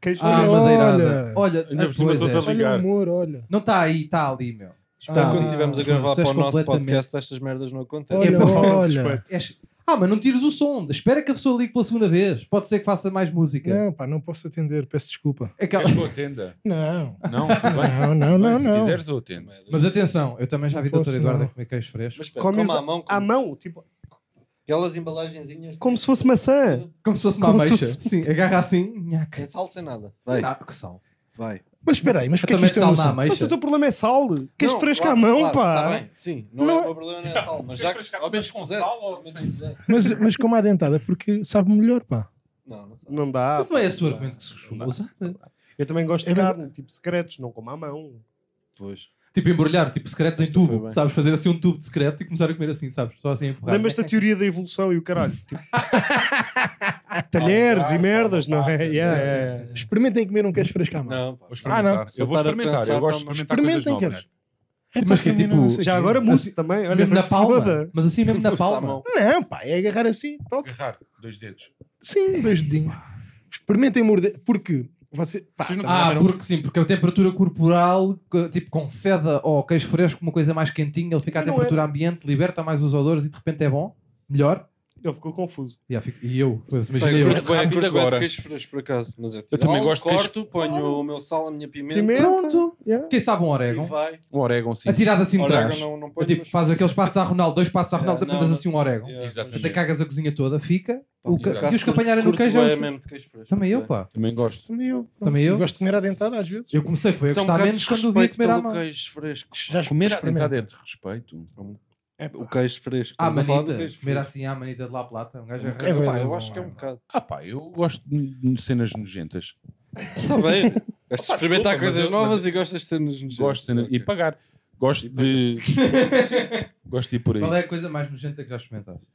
S2: Queijo
S1: Ah,
S3: Olha,
S2: fresco.
S1: madeirada.
S3: olha.
S1: Olha,
S4: Ainda por cima
S1: pois
S4: toda
S1: é.
S4: ligada.
S3: Olha o
S4: Ligar.
S3: amor, olha.
S1: Não está aí, está ali, meu.
S5: Espero
S1: Ah,
S5: que quando estivermos a
S1: foda-se,
S5: gravar para o
S1: estás
S5: nosso
S1: completamente-
S5: podcast estas merdas não acontecem.
S1: É
S3: Olha,
S1: para
S2: falta de
S3: olha.
S2: respeito.
S1: És- Ah, mas não tires o som. Espera que a pessoa ligue pela segunda vez. Pode ser que faça mais música. É
S3: Não, pá, não posso atender, peço desculpa.
S1: Aquela-
S4: Queres que eu atenda?
S3: Não.
S4: Não, tudo bem.
S3: Não, não, não,
S4: Se
S3: não.
S4: quiseres, eu atendo.
S1: Mas atenção, eu também já vi a doutora
S3: Posso
S1: Eduarda
S3: não.
S1: comer queijos frescos.
S5: Mas espera,
S2: Come-os
S5: come à mão,
S2: À
S5: com
S2: mão, tipo,
S5: aquelas embalagenzinhas
S2: como se fosse maçã.
S1: Como se fosse uma
S2: Como se
S1: ameixa.
S2: fosse-
S1: Sim, agarra assim. Nhaca.
S5: sem sal, sem nada. Tá. Vai,
S1: Ah, que sal.
S5: vai.
S3: Mas espera aí, mas
S1: Eu
S3: porque é que
S1: também
S3: isto é um
S1: sal na
S3: assunto?
S2: Mas
S1: ameixa.
S2: o teu problema é sal. Queijo
S5: Não,
S2: fresco
S5: claro,
S2: à mão,
S5: claro,
S2: pá.
S5: tá bem, Sim, não,
S2: Não
S5: é
S2: é-
S5: o problema, não é sal. Mas já
S4: Queres
S5: ao menos
S4: frescar com
S5: quisesse.
S4: sal ou
S5: ao menos
S4: sem?
S5: quisesse.
S3: Mas, mas como a dentada, porque sabe melhor, pá.
S5: Não, não sabe.
S2: Não dá.
S1: Mas não é
S2: pá.
S1: esse o argumento que se costuma usar.
S2: Eu também gosto de
S3: É
S2: carne, tipo secretos, não como à mão.
S5: Pois.
S1: Tipo embrulhar, tipo secretos em
S5: Esta foi
S1: tubo.
S5: bem.
S1: Sabes, fazer assim um tubo de secreto e começar a comer assim, sabes? Só assim a empurrar.
S2: Lembras-te da teoria da evolução e o caralho? Tipo, talheres e merdas, não é? Yeah,
S1: Sim, sim,
S2: yeah, yeah.
S3: Experimentem comer um queijo fresco à mão.
S5: Não, pá.
S4: Vou experimentar.
S3: Ah, não.
S4: Eu vou
S5: Só estar a
S4: experimentar.
S5: pensar,
S4: Eu gosto de
S5: tá, mas-
S4: experimentar coisas
S3: Experimentem,
S4: novas.
S1: Mas que é
S3: para mim não
S1: tipo.
S3: sei
S2: Já agora mousse
S3: Assim,
S2: também. Olha,
S1: Mesmo
S2: não
S1: na
S2: se
S1: palma.
S2: foda.
S1: Mas assim mesmo na
S5: Fosse à
S1: palma.
S5: mão.
S3: Não, pá, é agarrar assim, toque.
S4: Agarrar dois dedos.
S3: Sim, dois dedinhos. Experimentem morder. Porque você. Pá,
S4: Vocês não-
S3: também-
S1: Ah, porque sim, porque a temperatura corporal, co- tipo, concede ao queijo fresco uma coisa mais quentinha, ele fica à
S2: Não
S1: temperatura ambiente, liberta mais os odores e de repente é bom, melhor.
S2: Ele ficou confuso.
S1: E, eu fico- e eu, foda-se, imagina
S5: Bem,
S1: eu.
S5: curto bem,
S4: Rápido
S5: curto bem de
S4: agora.
S5: queijo fresco, por acaso. Mas eu,
S4: também
S5: eu
S4: gosto de queijo-
S5: corto, ponho o meu sal, a minha pimenta,
S2: Pimenta.
S1: Pronto.
S2: Yeah.
S1: Quem sabe um
S5: e
S1: orégano?
S5: vai.
S4: Um orégão, sim.
S1: Atirado assim de trás.
S5: Orégano não, não
S1: Ou,
S5: ponho,
S1: tipo,
S5: mas-
S1: faz aqueles passos à Ronaldo, dois passos à Ronaldo,
S5: É, não,
S1: apanhas
S5: não.
S1: assim um orégano.
S5: Yeah,
S4: Exatamente.
S1: Até cagas a cozinha toda, fica. O ca-
S4: exato.
S1: E os que apanharem no
S5: Curto
S1: queijo.
S5: bué
S1: é o-
S5: mesmo de queijo fresco.
S1: Também eu,
S5: Bué.
S1: pá.
S4: Também gosto.
S3: Também eu.
S1: Também eu.
S3: Gosto de comer à dentada às vezes.
S1: Eu comecei, foi a
S5: Isso é um
S1: gostar
S5: bocado
S1: menos quando vi
S5: desrespeito
S1: comer à
S5: pelo
S1: mão.
S5: queijo fresco.
S3: Já
S4: Comer à
S3: experimentem.
S4: dentada é de respeito.
S5: O queijo fresco.
S1: À
S5: Estamos a falar do
S1: Ah, manita.
S5: queijo
S1: Comer
S5: fresco.
S1: assim à manita de La Plata. Um gajo
S5: É,
S1: arranca.
S5: pá,
S3: bué
S5: eu
S3: bom,
S5: acho que é
S3: é.
S5: um bocado.
S4: Ah pá, eu gosto de cenas nojentas.
S5: Está bem. Gostas de experimentar
S4: desculpa,
S5: coisas
S4: mas eu-
S5: novas
S4: mas-
S5: e gostas de ser nos
S4: Gosto de cenas... E pagar. Gosto de... Gosto de ir por aí.
S1: Qual é a coisa mais nojenta que já experimentaste?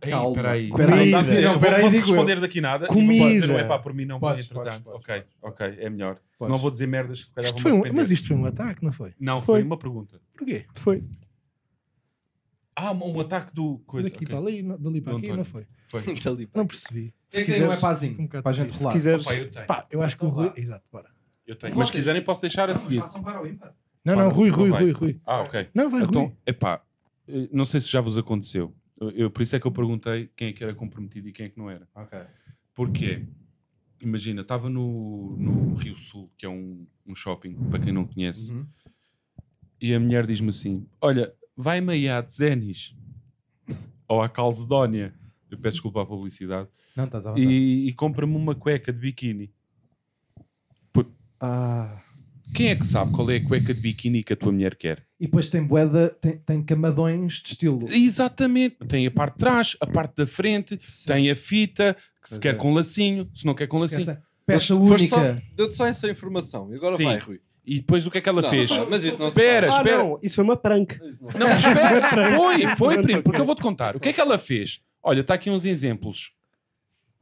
S4: Ei,
S1: Calma.
S4: peraí.
S1: Espera aí,
S4: Não,
S1: dá-me-
S4: não,
S1: eu
S4: peraí,
S1: vou-
S4: posso
S1: digo eu.
S4: responder daqui nada. e vou
S2: Comida.
S4: dizer, não é pá, por mim não,
S1: Podes,
S4: podes, entretanto.
S1: podes,
S4: ok, ok, é melhor. Se
S1: Podes.
S4: não vou dizer merdas, se calhar
S3: Isto
S4: vou
S3: foi um-
S4: me
S3: mas isto foi um ataque, não foi?
S4: Não,
S2: Foi.
S4: foi uma pergunta.
S3: Porquê?
S2: Foi.
S4: Ah, um ataque do... Coisa.
S3: Daqui
S4: ok.
S3: para ali, não- dali para
S4: Do
S3: aqui,
S4: António.
S3: não foi?
S4: Foi.
S5: Então, tipo,
S3: Não percebi.
S1: Se quiser um é
S3: um
S1: pazinho
S3: bocado
S1: para a gente
S3: de-
S1: rolar.
S2: Se quiseres.
S4: Pá, eu tenho.
S3: Pá, eu acho que o
S1: Então
S3: Rui.
S1: vá.
S3: Exato, bora.
S4: Eu tenho.
S1: Vocês-
S4: Mas se quiserem posso deixar a
S1: Mas
S4: seguir.
S1: façam para o ímpar.
S3: Não,
S4: Pá,
S3: não, Rui,
S4: não
S3: Rui,
S4: vai.
S3: Rui, Rui.
S4: Ah, ok.
S3: Não, vai, Rui.
S4: Então, epá, eh, não sei se já vos aconteceu. Eu- eu- por isso é que eu perguntei quem é que era comprometido e quem é que não era.
S1: Ok.
S4: Porquê? Imagina, estava no, no Rio Sul, que é um, um shopping, para quem não conhece,
S1: Uhum.
S4: e a mulher diz-me assim: Olha, vai-me aí à Zenis ou à Calcedónia. Eu peço desculpa à publicidade.
S1: Não, estás à vontade.
S4: E, e compra-me uma cueca de biquíni.
S1: Ah.
S4: Quem é que sabe qual é a cueca de biquíni que a tua mulher quer?
S1: E depois tem boeda, tem, tem camadões de estilo. Assim,
S4: Exatamente. Tem a parte de trás, a parte da frente, tem a fita, que se
S1: Pois é.
S4: quer com lacinho, se não quer com lacinho.
S1: Esquece. Peça
S5: Foste só-
S1: única.
S5: Deu-te só essa informação. E agora
S4: Sim.
S5: vai, Rui.
S4: E depois o que é que ela
S5: Não,
S4: fez?
S5: mas isso não se
S4: Espera,
S5: faz.
S2: Ah,
S4: espera.
S2: não, isso foi uma prank.
S5: Isso não se
S4: Não, espera, foi, foi,
S2: Pronto,
S4: primo, porque
S2: ok.
S4: eu vou-te contar. O que é que ela fez? Olha, está aqui uns exemplos.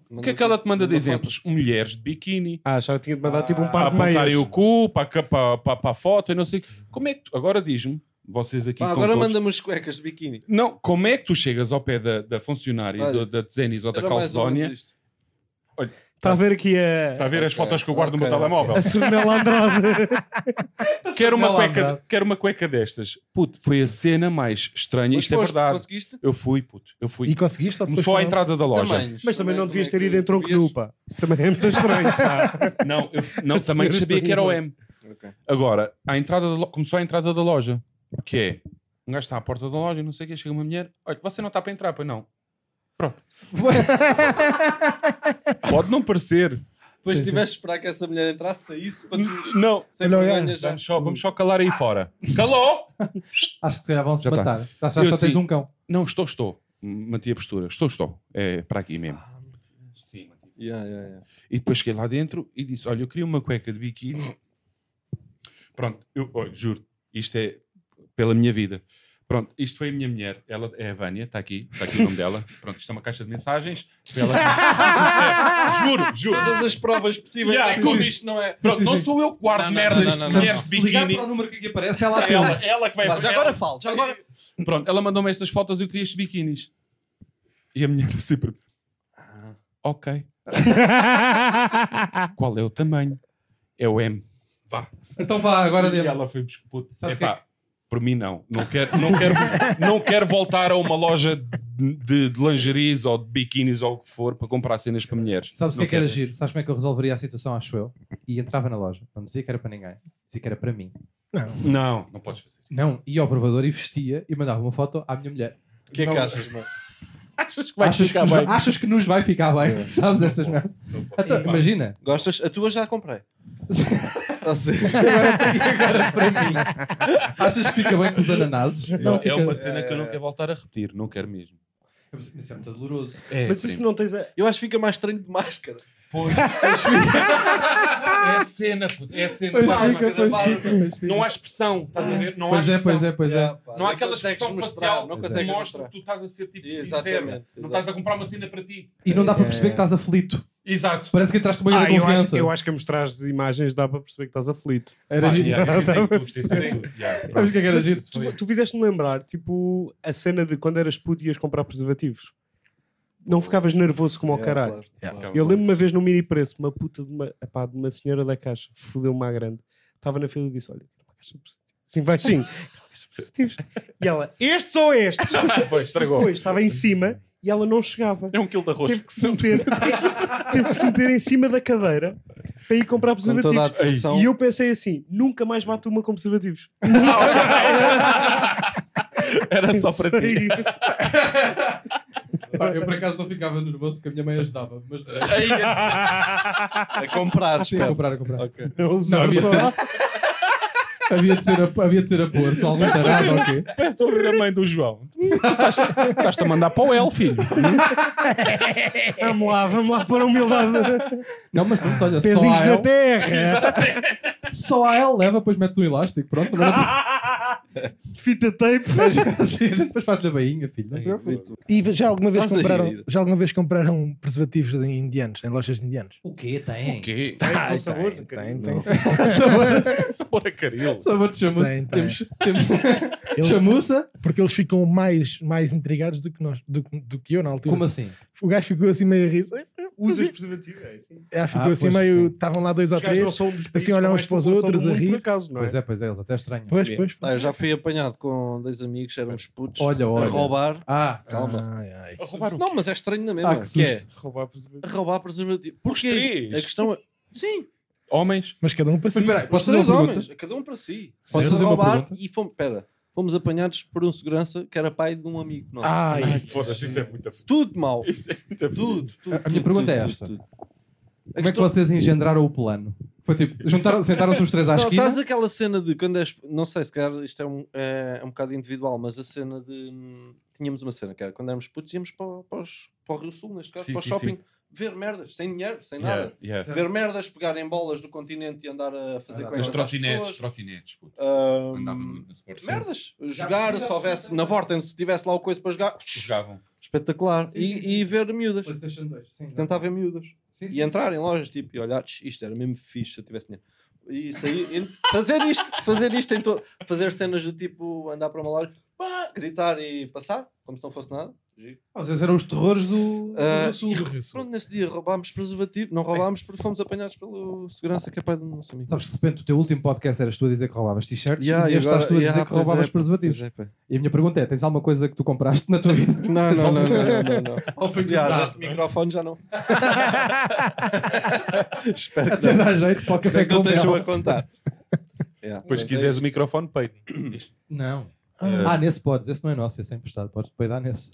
S5: faz.
S4: O que é que ela te manda de
S5: Manda
S4: exemplos? Um Mulheres de biquíni.
S2: Ah, já tinha de mandar tipo um
S4: Para
S2: par de
S4: apontarem
S2: meias.
S4: o cu, para, cá- para, para, para a foto e não sei. Como é que tu... Agora diz-me, vocês aqui
S5: Pá,
S4: com
S5: Ah, agora
S4: todos-
S5: manda-me as cuecas de biquíni.
S4: Não, como é que tu chegas ao pé da, da funcionária do-
S5: Olha,
S4: da Zenis ou da
S5: Era mais ou
S4: Calcedónia?
S5: menos isto.
S2: Está Tá a ver aqui
S4: Está
S2: a,
S4: a ver as
S5: Ok,
S4: fotos que eu guardo no meu
S5: ok,
S4: telemóvel?
S2: a Serenela Andrade.
S4: Quero uma,
S1: Não, lá,
S4: cueca,
S1: verdade.
S4: quero uma cueca destas. Puto, foi a cena mais estranha.
S5: Mas
S4: Isto é
S5: foste,
S4: verdade.
S5: Conseguiste?
S4: Eu fui, puto. Eu fui.
S3: E conseguiste? ou depois
S4: Só à
S3: foi mal?
S4: entrada da loja.
S5: Tamanhos.
S2: Mas também não devias ter
S5: como é que
S2: ido um em tronco
S5: sabias?
S2: nu, pá. Isso também é muito estranho, pá.
S4: Não, eu não,
S2: A
S4: também
S2: senhora
S4: sabia
S2: está
S4: que era o
S2: nervosa.
S4: M.
S5: Ok.
S4: Agora, à entrada da lo- começou a entrada da loja. Que é, um gajo está à porta da loja e não sei o que, chega uma mulher. Olha, você não está para entrar, pois não. Pronto. Pode não parecer.
S5: Depois
S1: Sim, sim.
S5: tiveste de esperar que essa mulher entrasse, saísse para tu.
S4: Não.
S5: Sem
S3: Olha,
S5: vergonha
S3: olha,
S5: já.
S4: Vamos só, vamos só calar aí fora. Calou!
S1: Acho que se calhar vão se
S4: Já tá.
S1: matar. Já só,
S4: Eu
S1: só tens
S4: sim.
S1: um cão.
S4: Não, estou, estou. Manti a postura. Estou, estou. É para aqui mesmo.
S5: Ah, meu Deus.
S4: Sim, mantive.
S5: Yeah, yeah, yeah.
S4: E depois cheguei lá dentro e disse: Olha, eu queria uma cueca de biquíni. Pronto, eu olha, juro, isto é pela minha vida. Pronto, isto foi a minha mulher, ela é a Vânia, está aqui, está aqui o nome dela. Pronto, isto é uma caixa de mensagens. Foi ela- juro, juro.
S5: Todas as provas possíveis.
S4: Yeah,
S5: é
S4: como
S5: como isto não é.
S4: Pronto,
S1: sim,
S4: não
S1: sim.
S4: sou eu que guardo
S5: Não, não,
S4: merdas,
S5: não, não, não,
S4: mulheres de biquíni.
S1: número que aqui aparece, ela
S4: É Ela, é ela que vai
S5: Vá, já
S4: ela-
S5: agora falo, já agora.
S4: Pronto, ela mandou-me estas fotos e eu queria estes biquínis. E a mulher sempre,
S5: Ah.
S4: ok, qual é o tamanho? É o M. Vá.
S1: Então vá, agora
S4: E
S1: dê
S4: ela foi buscar. puto,
S1: Sabes é
S4: epá, por mim não. Não quero, não, quero, não quero voltar a uma loja de, de lingeries ou de biquínis ou o que for para comprar cenas para mulheres.
S1: Sabes o que
S4: Não
S1: é que era
S4: quero.
S1: giro? Sabes como é que eu resolveria a situação, acho eu? E entrava na loja. Não dizia que era para ninguém. Dizia que era para mim.
S4: Não, não podes fazer.
S1: Não, ia ao provador e vestia e mandava uma foto à minha mulher.
S5: O que é que
S4: Não.
S5: achas, mano?
S4: Achas que
S1: Achas que, nos, achas que nos vai ficar bem? Sabes estas merdas? Então, Imagina.
S5: Gostas? A tua já a comprei. Ah, sim.
S1: Agora para mim. Achas que fica bem com os ananases?
S4: Não, é
S1: fica-
S4: uma cena que eu não quero voltar a repetir, não quero mesmo.
S1: Isso é muito doloroso.
S4: É,
S2: Mas isso
S4: primo.
S2: não tens a...
S5: Eu acho que fica mais estranho de máscara.
S4: Pois. é cena, puto, é cena.
S1: Pois
S4: Não há-
S1: fica, pois
S5: barba.
S1: fica, pois fica.
S4: Não há expressão, estás a ver? Não
S1: Pois
S4: há
S1: é,
S4: expressão.
S1: pois é, pois é.
S5: Yeah, pá,
S4: Não há aquela
S5: consegues
S4: expressão
S5: mostrar,
S4: facial
S5: Não
S4: que
S5: consegues
S4: mostra
S5: mostrar.
S4: que tu estás a ser tipo sincero.
S5: Exatamente,
S4: Não estás a comprar uma cena para ti.
S1: E não dá para perceber que estás aflito.
S4: Exato.
S1: Parece que entraste no meio
S2: Ah,
S1: da
S2: eu
S1: confiança.
S2: acho, eu acho que a mostrar as imagens dá para perceber que estás aflito.
S1: Era
S4: Pá,
S1: giro.
S4: yeah, isso
S2: Dá
S4: tem
S2: pra
S4: tudo, isso tem tudo. Yeah,
S1: Sabes o que é que era
S2: Mas
S1: giro?
S2: tu, tu fizeste-me lembrar, tipo, a cena de quando eras puto e ias comprar preservativos. Não ficavas nervoso como ao
S5: Yeah,
S2: caralho.
S5: claro, claro.
S4: claro.
S2: Eu lembro uma vez no mini preço, uma puta de uma, epá, de uma senhora da caixa, fodeu-me à grande. Estava na fila e disse: Olha, uma caixa de preservativos. Sim, vai sim. Uma caixa de preservativos. E ela, estes ou estes?
S4: Ah, Pois, estragou.
S2: Depois estava em cima e ela não chegava.
S4: É um quilo de arroz.
S2: Teve que se meter, teve que se meter em cima da cadeira para ir comprar
S5: Com toda a
S2: preservativos.
S5: atenção.
S2: E eu pensei assim: nunca mais bato uma com preservativos.
S4: Era só para ti.
S2: Sei.
S1: Pá, Eu por acaso não ficava nervoso porque a minha mãe ajudava. Mas
S4: Aí,
S5: A comprar,
S1: Sim, a
S5: espera.
S1: comprar, a comprar.
S5: Ok.
S2: Não,
S1: Não,
S2: usava
S1: havia de
S2: só
S1: ser, havia de ser, a, havia de ser a pôr, só algum tarado ou quê?
S4: Parece que estou a ouvir a mãe do João. Hum, Estás-te a mandar para o L, filho.
S2: Vamos lá, vamos lá para a humildade.
S1: Não, mas pronto, olha, só um-
S2: Pezinhos
S1: a,
S2: na
S1: L,
S2: terra.
S1: só a L leva, depois metes um elástico, pronto. Agora
S2: Fita tape.
S1: Sim, a gente depois faz-lhe a bainha, filho. Não te preocupes.
S3: E já alguma, vez
S5: Faz aí,
S3: compraram,
S5: vida.
S3: já alguma vez compraram preservativos em indianos, em lojas de indianos?
S1: O quê? Tem?
S4: Quê?
S2: Tem, com sabores,
S3: tem,
S2: um bocadinho.
S3: tem,
S2: Não.
S4: Sabor a caril.
S1: Só vou te chamar.
S3: Tem, tem.
S1: Temos, temos
S3: Eles-
S1: chamuça.
S3: porque eles ficam mais, mais intrigados do que, nós, do, que- do que eu na altura.
S1: Como assim?
S3: O gajo ficou assim meio a rir.
S2: Usas preservativo, é assim.
S3: Ah, ficou
S1: Ah,
S3: assim
S1: pois,
S3: meio.
S1: sim.
S3: Estavam lá dois ou
S2: Os gajos não
S3: três.
S2: são um dos países
S3: assim, olham
S2: com
S3: uns
S2: mais
S3: para os
S2: população do
S3: outros, a
S2: mundo,
S3: rir.
S2: Por acaso, não é?
S1: Pois é, pois é, eles até estranham.
S3: Pois, pois.
S5: Pá, eu já fui apanhado com dois amigos, éramos putos,
S1: Olha,
S5: a
S1: olha.
S5: roubar.
S1: Ah,
S5: Calma.
S3: Ai, ai.
S4: A roubar o
S5: Não, mas é estranho na
S1: Ah,
S5: mesma.
S1: que
S5: que é
S2: Roubar preservativo.
S5: roubar preservativo. Porquê?
S4: três?
S5: A questão é. Sim,
S4: Homens.
S3: Mas cada um para
S1: mas
S3: si.
S1: espera aí,
S5: os
S1: posso fazer uma
S5: três
S1: pergunta?
S5: homens, cada um para si.
S1: Posso
S5: Fomos
S1: fazer uma
S5: roubar
S1: pergunta?
S5: e fomos. Pera, fomos apanhados por um segurança que era pai de um amigo nosso.
S1: Ah.
S3: Ai,
S4: Ai, foda-se, isso é muita f...
S5: Tudo mal.
S4: Isso é muita f...
S5: Tudo, tudo,
S1: A- a minha
S5: tudo,
S1: pergunta é
S5: tudo,
S1: esta.
S5: tudo, tudo. A
S1: Como é que
S5: questão-
S1: vocês engendraram o plano? Foi tipo, juntaram- sentaram-se os três à
S5: Não,
S1: esquina.
S5: sabes aquela cena de quando és. Não sei, se calhar isto é um, é, é um bocado individual, mas a cena de. hum, Tínhamos uma cena que era quando éramos putos, íamos para, o- para, os- para o Rio Sul, neste caso,
S4: Sim,
S5: para o
S4: sim,
S5: shopping, ver merdas, sem dinheiro, sem nada.
S4: Yeah, yeah.
S5: Ver merdas, pegarem bolas do continente e andar a fazer
S1: Andar.
S5: coisas.
S4: Mas
S5: às
S4: trotinetes,
S5: pessoas.
S4: trotinetes, puto.
S5: Hum,
S4: Andava muito na Sport Center.
S5: merdas, jogar, se houvesse na Vorten, se tivesse lá o coisa para jogar,
S4: Jogavam.
S5: espetacular.
S1: Sim,
S5: e,
S1: sim, é. sim.
S5: e ver miúdas,
S1: PlayStation 2. Sim,
S5: tentar ver miúdas
S1: Sim, sim,
S5: e entrar em lojas tipo, e olhar, "Tch, isto era mesmo fixe se eu tivesse dinheiro. E sair, e fazer isto, fazer isto em todo, fazer cenas do tipo andar para uma loja, pá, gritar e passar, como se não fosse nada. Giro.
S1: Ah, Vocês eram os terrores do, do
S5: Ah,
S1: Sul.
S5: Pronto, nesse dia roubámos preservativo, não roubámos porque fomos apanhados pelo segurança que é pai do nosso amigo.
S1: Sabes, de repente, o teu último podcast eras tu a dizer que roubavas t-shirts
S5: Yeah,
S1: e este
S5: agora-
S1: estás tu a dizer
S5: yeah,
S1: que
S5: pois é,
S1: roubavas
S5: Pois
S1: preservativos.
S5: é, pá.
S1: E a minha pergunta é: tens alguma coisa que tu compraste na tua vida?
S5: Não,
S1: Tens
S5: não, não,
S1: alguma-
S5: não, não, não.
S1: Ou foi comprado?
S5: Aliás, este microfone já não. Espero que
S1: Até
S5: não.
S1: dá jeito para o café
S2: Espero que
S1: com
S2: não deixam
S1: mel.
S2: a contar.
S5: Yeah.
S4: Depois, se quiseres o microfone, peito.
S1: Não.
S4: É.
S1: Ah, nesse podes. Esse não é nosso, esse é emprestado. Podes depois dar nesse.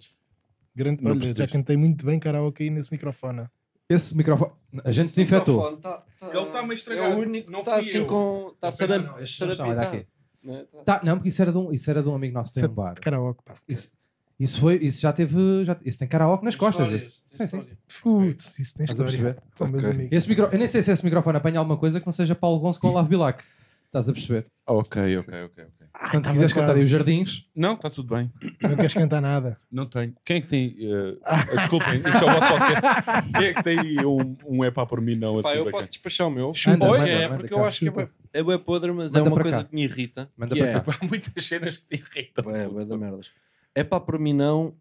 S3: Grande,
S4: Não
S3: olha, já
S4: percebeste.
S3: cantei muito bem karaoke aí nesse microfone.
S1: Esse microfone. A gente
S5: Esse
S1: desinfetou.
S5: é, microfone tá- tá-
S4: Ele tá meio
S5: É
S4: estragado,
S5: o único que
S4: não
S1: Tá
S5: está
S4: fui
S5: assim
S4: eu.
S5: com. Está
S1: Não, não, é
S5: sarap-
S1: este não está, olha
S5: sarapitado.
S1: aqui.
S5: né? Tá-
S1: Tá, não, porque isso era de um, isso era de um amigo nosso que tem um
S3: Isso
S1: bar.
S3: é de karaoke, pá.
S1: Isso, isso, foi, isso já teve. Já, isso tem karaoke nas costas.
S5: Histórias,
S1: esse.
S5: tem
S1: Sim, sim.
S5: histórias.
S3: Putz, isso tem
S1: Estás a
S3: história.
S1: perceber?
S3: Oh, meus
S5: Ok.
S3: amigos.
S1: Esse micro... Eu nem sei se esse microfone apanha alguma coisa que não seja Paulo Gonço com Olavo Bilac. Estás a perceber?
S4: Ok, ok, ok. ok.
S5: Ah,
S1: Portanto,
S5: tá
S1: se
S3: estava
S1: quiseres cantar aí
S3: quase.
S1: os jardins,
S4: Não, está tudo bem.
S3: Não queres cantar nada.
S4: Não tenho. Quem é que tem. eh, eh, desculpem, isto é o vosso podcast. Quem é que tem aí um, um é pá por mim, não?
S5: Pá,
S4: assim,
S5: eu
S4: bacana?
S5: posso despachar o meu.
S1: Anda,
S4: Oi,
S1: manda,
S4: é,
S1: manda
S4: porque
S1: cá.
S4: eu acho que é bué-
S5: É bué podre, mas é
S1: Manda
S5: uma
S1: para
S5: coisa
S1: cá.
S5: que me irrita.
S1: Manda
S5: que
S1: para
S5: é,
S1: cá.
S4: há muitas cenas que te irritam.
S5: bué, bué
S4: puto.
S5: da merdas. É pá, por mim não.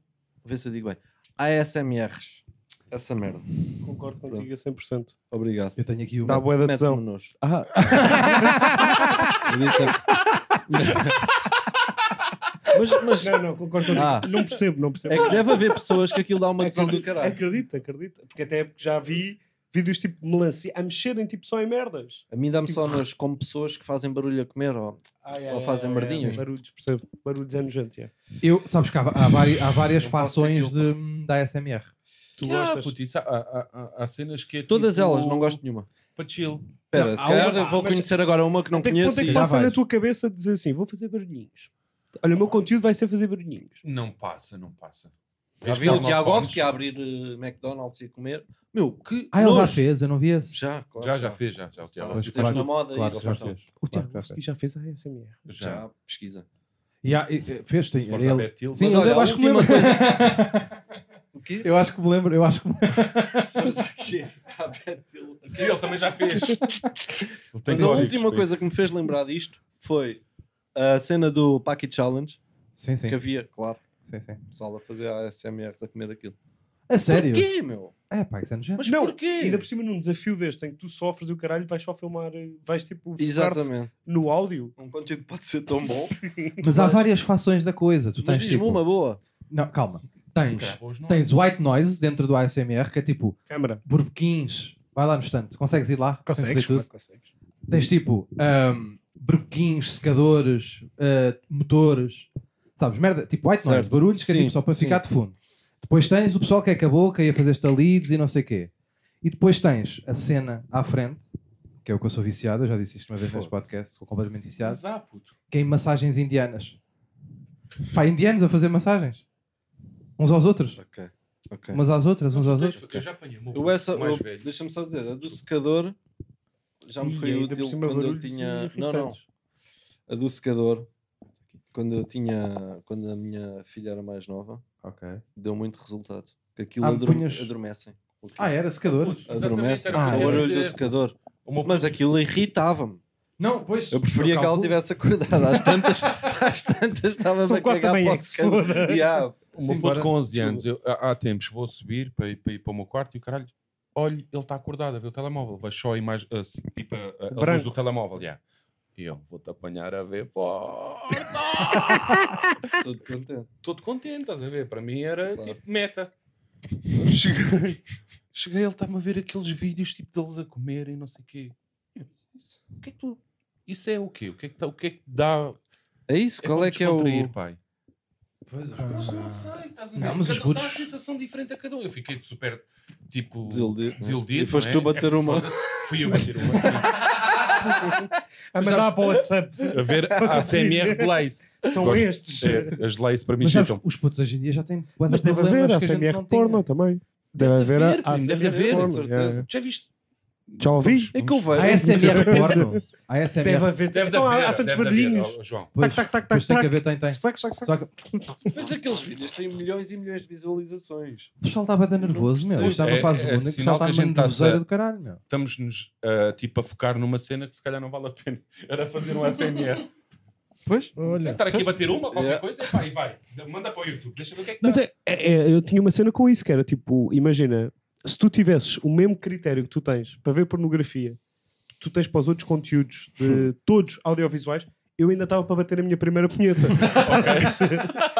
S5: Vê se eu digo bem. ASMRs. Essa merda.
S2: Concordo contigo é a 100%.
S5: Obrigado.
S1: Eu tenho aqui uma.
S2: Dá boa da
S5: Mete-me
S2: tesão.
S5: nojo.
S2: Ah,
S5: Eu disse- mas, mas
S2: não, não, concordo contigo.
S5: Ah.
S2: Não percebo, não percebo.
S5: é que deve haver pessoas que aquilo dá uma tesão do
S2: Acredito,
S5: caralho.
S2: acredito, acredito. Porque até já vi vídeos tipo melancia a mexerem tipo só em merdas.
S5: A mim dá-me só nojo como pessoas que fazem barulho a comer. ó. Ou fazem merdinhas.
S2: barulhos, percebo. Barulhos é nojento, yeah.
S1: Eu, sabes que há, há vari- há várias
S5: Não posso
S1: fações
S5: ter aquilo,
S1: de, da ASMR.
S4: Tu
S2: Que
S4: gostas.
S2: há, puto,
S4: há, cenas que é
S5: Todas elas, não gosto de nenhuma.
S4: Para chill.
S5: Espera,
S2: Não,
S5: se
S2: há
S5: calhar
S2: uma-
S5: vou
S2: mas-
S5: conhecer agora uma que não
S2: Até que ponto
S5: conheço.
S2: é que
S5: e-
S1: pá-
S2: passa na
S1: vais.
S2: tua cabeça de dizer assim, vou fazer barulhinhos. Olha, o meu conteúdo vai ser fazer barulhinhos.
S4: Não passa, não passa.
S5: Já vi o Tiago que a abrir eh, McDonald's e comer. Meu, que.
S1: Ah, ele já
S5: nojo.
S1: fez, eu não vi esse.
S5: Já, claro.
S4: Já, já fez, já, já o Tiago.
S1: Mas
S5: Estás
S1: claro,
S5: na moda
S1: claro,
S5: e
S1: já
S5: já
S1: fez.
S2: O
S1: Claro,
S2: Tiago
S1: já
S2: Wolfsky já fez a ASMR.
S4: Já.
S5: pesquisa.
S1: E há- e- e- fez, tem. é
S4: Força
S1: ele-
S4: Bad Hill.
S1: Sim,
S5: Mas
S1: eu,
S5: olha, a
S1: acho que me
S5: última
S1: lembro.
S5: O quê?
S1: eu acho que me lembro. Eu acho que
S5: Ah, Betil.
S4: Sim, ele também já fez. Ele tem
S5: Mas a
S4: códigos,
S5: última
S4: pá.
S5: coisa que me fez lembrar disto foi a cena do Paki Challenge,
S1: Sim, sim.
S5: que havia, claro,
S1: sim, sim.
S5: pessoal a fazer ASMRs a comer aquilo.
S1: A sério?
S5: Porquê, meu?
S1: É, pá, isso é nojento.
S5: Mas
S2: Não,
S5: porquê?
S2: Ainda por cima num desafio deste em que tu sofres e o caralho vais só filmar, eh, vais tipo focar-te
S5: Exatamente.
S2: no áudio.
S5: Um conteúdo pode ser tão bom.
S1: Mas há várias fações da coisa. Tu
S5: Mas
S1: tens
S5: diz-me
S1: tipo...
S5: uma boa.
S1: Não, calma. Tens,
S4: Cara, hoje não.
S1: tens white noise dentro do ASMR, que é tipo
S2: Câmara.
S1: burbequins. Vai lá no estante. Consegues ir lá?
S3: Consegues?
S1: Consegues ver tudo?
S3: claro que consegues.
S1: Tens tipo um, burbequins, secadores, ah, motores, sabes? Merda, tipo white noise,
S5: Certo.
S1: barulhos que é
S5: Sim,
S1: tipo só para
S5: sim.
S1: ficar de fundo. Depois tens o pessoal que é com a boca e a fazer esta leads e não sei o quê. E depois tens a cena à frente, que é o que eu sou viciado, eu já disse isto uma vez neste podcast, sou completamente viciado,
S4: Mas há, puto.
S1: que é em massagens indianas. Pá, indianos a fazer massagens. Uns aos outros.
S5: Ok. Ok.
S1: Umas às outras, uns aos
S4: Tens-
S1: outros.
S4: Eu já apanhei o meu
S5: Eu essa,
S4: mais
S5: eu-
S4: velho.
S5: deixa-me só dizer, a do secador já me
S2: Ih,
S5: foi
S2: ainda por
S5: útil
S2: cima
S5: quando eu
S2: barulhos
S5: tinha. Não, não.
S2: irritantes.
S5: A do secador, quando eu tinha. Quando a minha filha era mais nova,
S1: Ok.
S5: deu muito resultado. Que aquilo
S1: Ah,
S5: adorme-
S1: punhas-
S5: adormecem. O quê?
S1: Ah, era secadores?
S5: Adormecem.
S4: é? Exatamente, era o
S5: Ah,
S4: que
S5: o
S4: eu ia
S5: barulho do
S4: dizer.
S5: secador.
S4: O meu
S5: Mas aquilo irritava-me.
S1: Não, pois.
S5: Eu preferia que ela
S1: calculo-
S5: tivesse acordado. Às tantas, às tantas estava
S2: São
S5: a
S2: quatro
S5: cagar
S2: da
S5: para
S2: manhã
S5: o
S2: que se
S5: secador.
S2: foda.
S5: Yeah.
S4: O meu
S1: Sim,
S4: puto
S1: bora.
S4: com 11 anos, eu, há, há tempos vou subir para ir para, ir para o meu quarto e o caralho, olha, ele está acordado a ver o telemóvel, vai só a imagem, a- se- tipo a, a- a luz
S2: Branco.
S4: do telemóvel, já. E eu vou-te apanhar a ver, pô,
S5: Todo contente.
S4: todo contente, estás a ver? Para mim era
S5: Claro.
S4: tipo meta. Cheguei, cheguei ele está-me a ver aqueles vídeos tipo deles a comerem, não sei o quê. Eu, "Isso- O que é que tu. Isso é o quê? O que é que, tá- o que, é que dá.
S5: É isso, qual
S4: para
S5: é, que é o.
S4: descontrair, pai.
S1: Pois,
S4: Eu não sei, estás a ver?
S1: Não, mas os
S4: Cada um
S1: putos-
S4: dá a sensação diferente a cada um. Eu fiquei super, tipo...
S5: Desiludido.
S4: Desiludido,
S5: E foste
S4: não é?
S5: tu bater
S4: É,
S5: uma.
S4: foda-se. Fui eu bater uma. sim.
S2: A mandar Ah, para o WhatsApp.
S4: A ver a CMR de Lace.
S2: São
S4: Gosto.
S2: estes.
S4: É, As Lace para mim
S1: Mas sabes,
S4: chutam.
S1: os putos hoje em dia já têm bué de
S2: Mas deve
S1: problemas
S2: haver a
S1: que gente
S2: CMR
S1: não tinha.
S2: porno também. Deve
S4: Deve
S2: haver
S4: haver,
S2: a
S4: primo,
S2: ASMR
S4: deve haver,
S2: porno,
S5: com certeza.
S2: é.
S4: Já viste?
S2: Já ouvi?
S5: É que eu vejo.
S1: Há SMR porno. Há
S2: Deve
S1: SMR.
S2: haver.
S4: Deve
S2: então há-
S4: haver,
S2: há tantos
S4: deve haver,
S2: barulhinhos.
S4: ó, João.
S1: Pois,
S2: Tac, tac, tac,
S1: pois tem que
S2: tac.
S1: haver, tem, tem.
S2: Swag, swag, swag.
S1: Só é que o
S5: Mas aqueles vídeos têm milhões e milhões de visualizações.
S1: pessoal estava bem nervoso, meu. Isto está
S4: É-
S1: numa fase
S4: é
S1: do mundo em que o
S4: sinal
S1: pessoal
S4: que a
S1: está numa
S4: gente tá
S1: nervoseira
S4: a-
S1: do caralho, meu.
S4: Estamos-nos ah, tipo a focar numa cena que se calhar não vale a pena. Era fazer um ASMR.
S5: Pois?
S3: Olha,
S4: Sentar tá aqui a bater uma, qualquer
S5: Yeah.
S4: coisa, e vai, vai. Manda para o YouTube. Deixa eu ver o que é que dá.
S2: Mas é, é- é- eu tinha uma cena com isso, que era tipo, imagina, se tu tivesses o mesmo critério que tu tens para ver pornografia, que tu tens para os outros conteúdos de todos audiovisuais, eu ainda estava para bater a minha primeira punheta.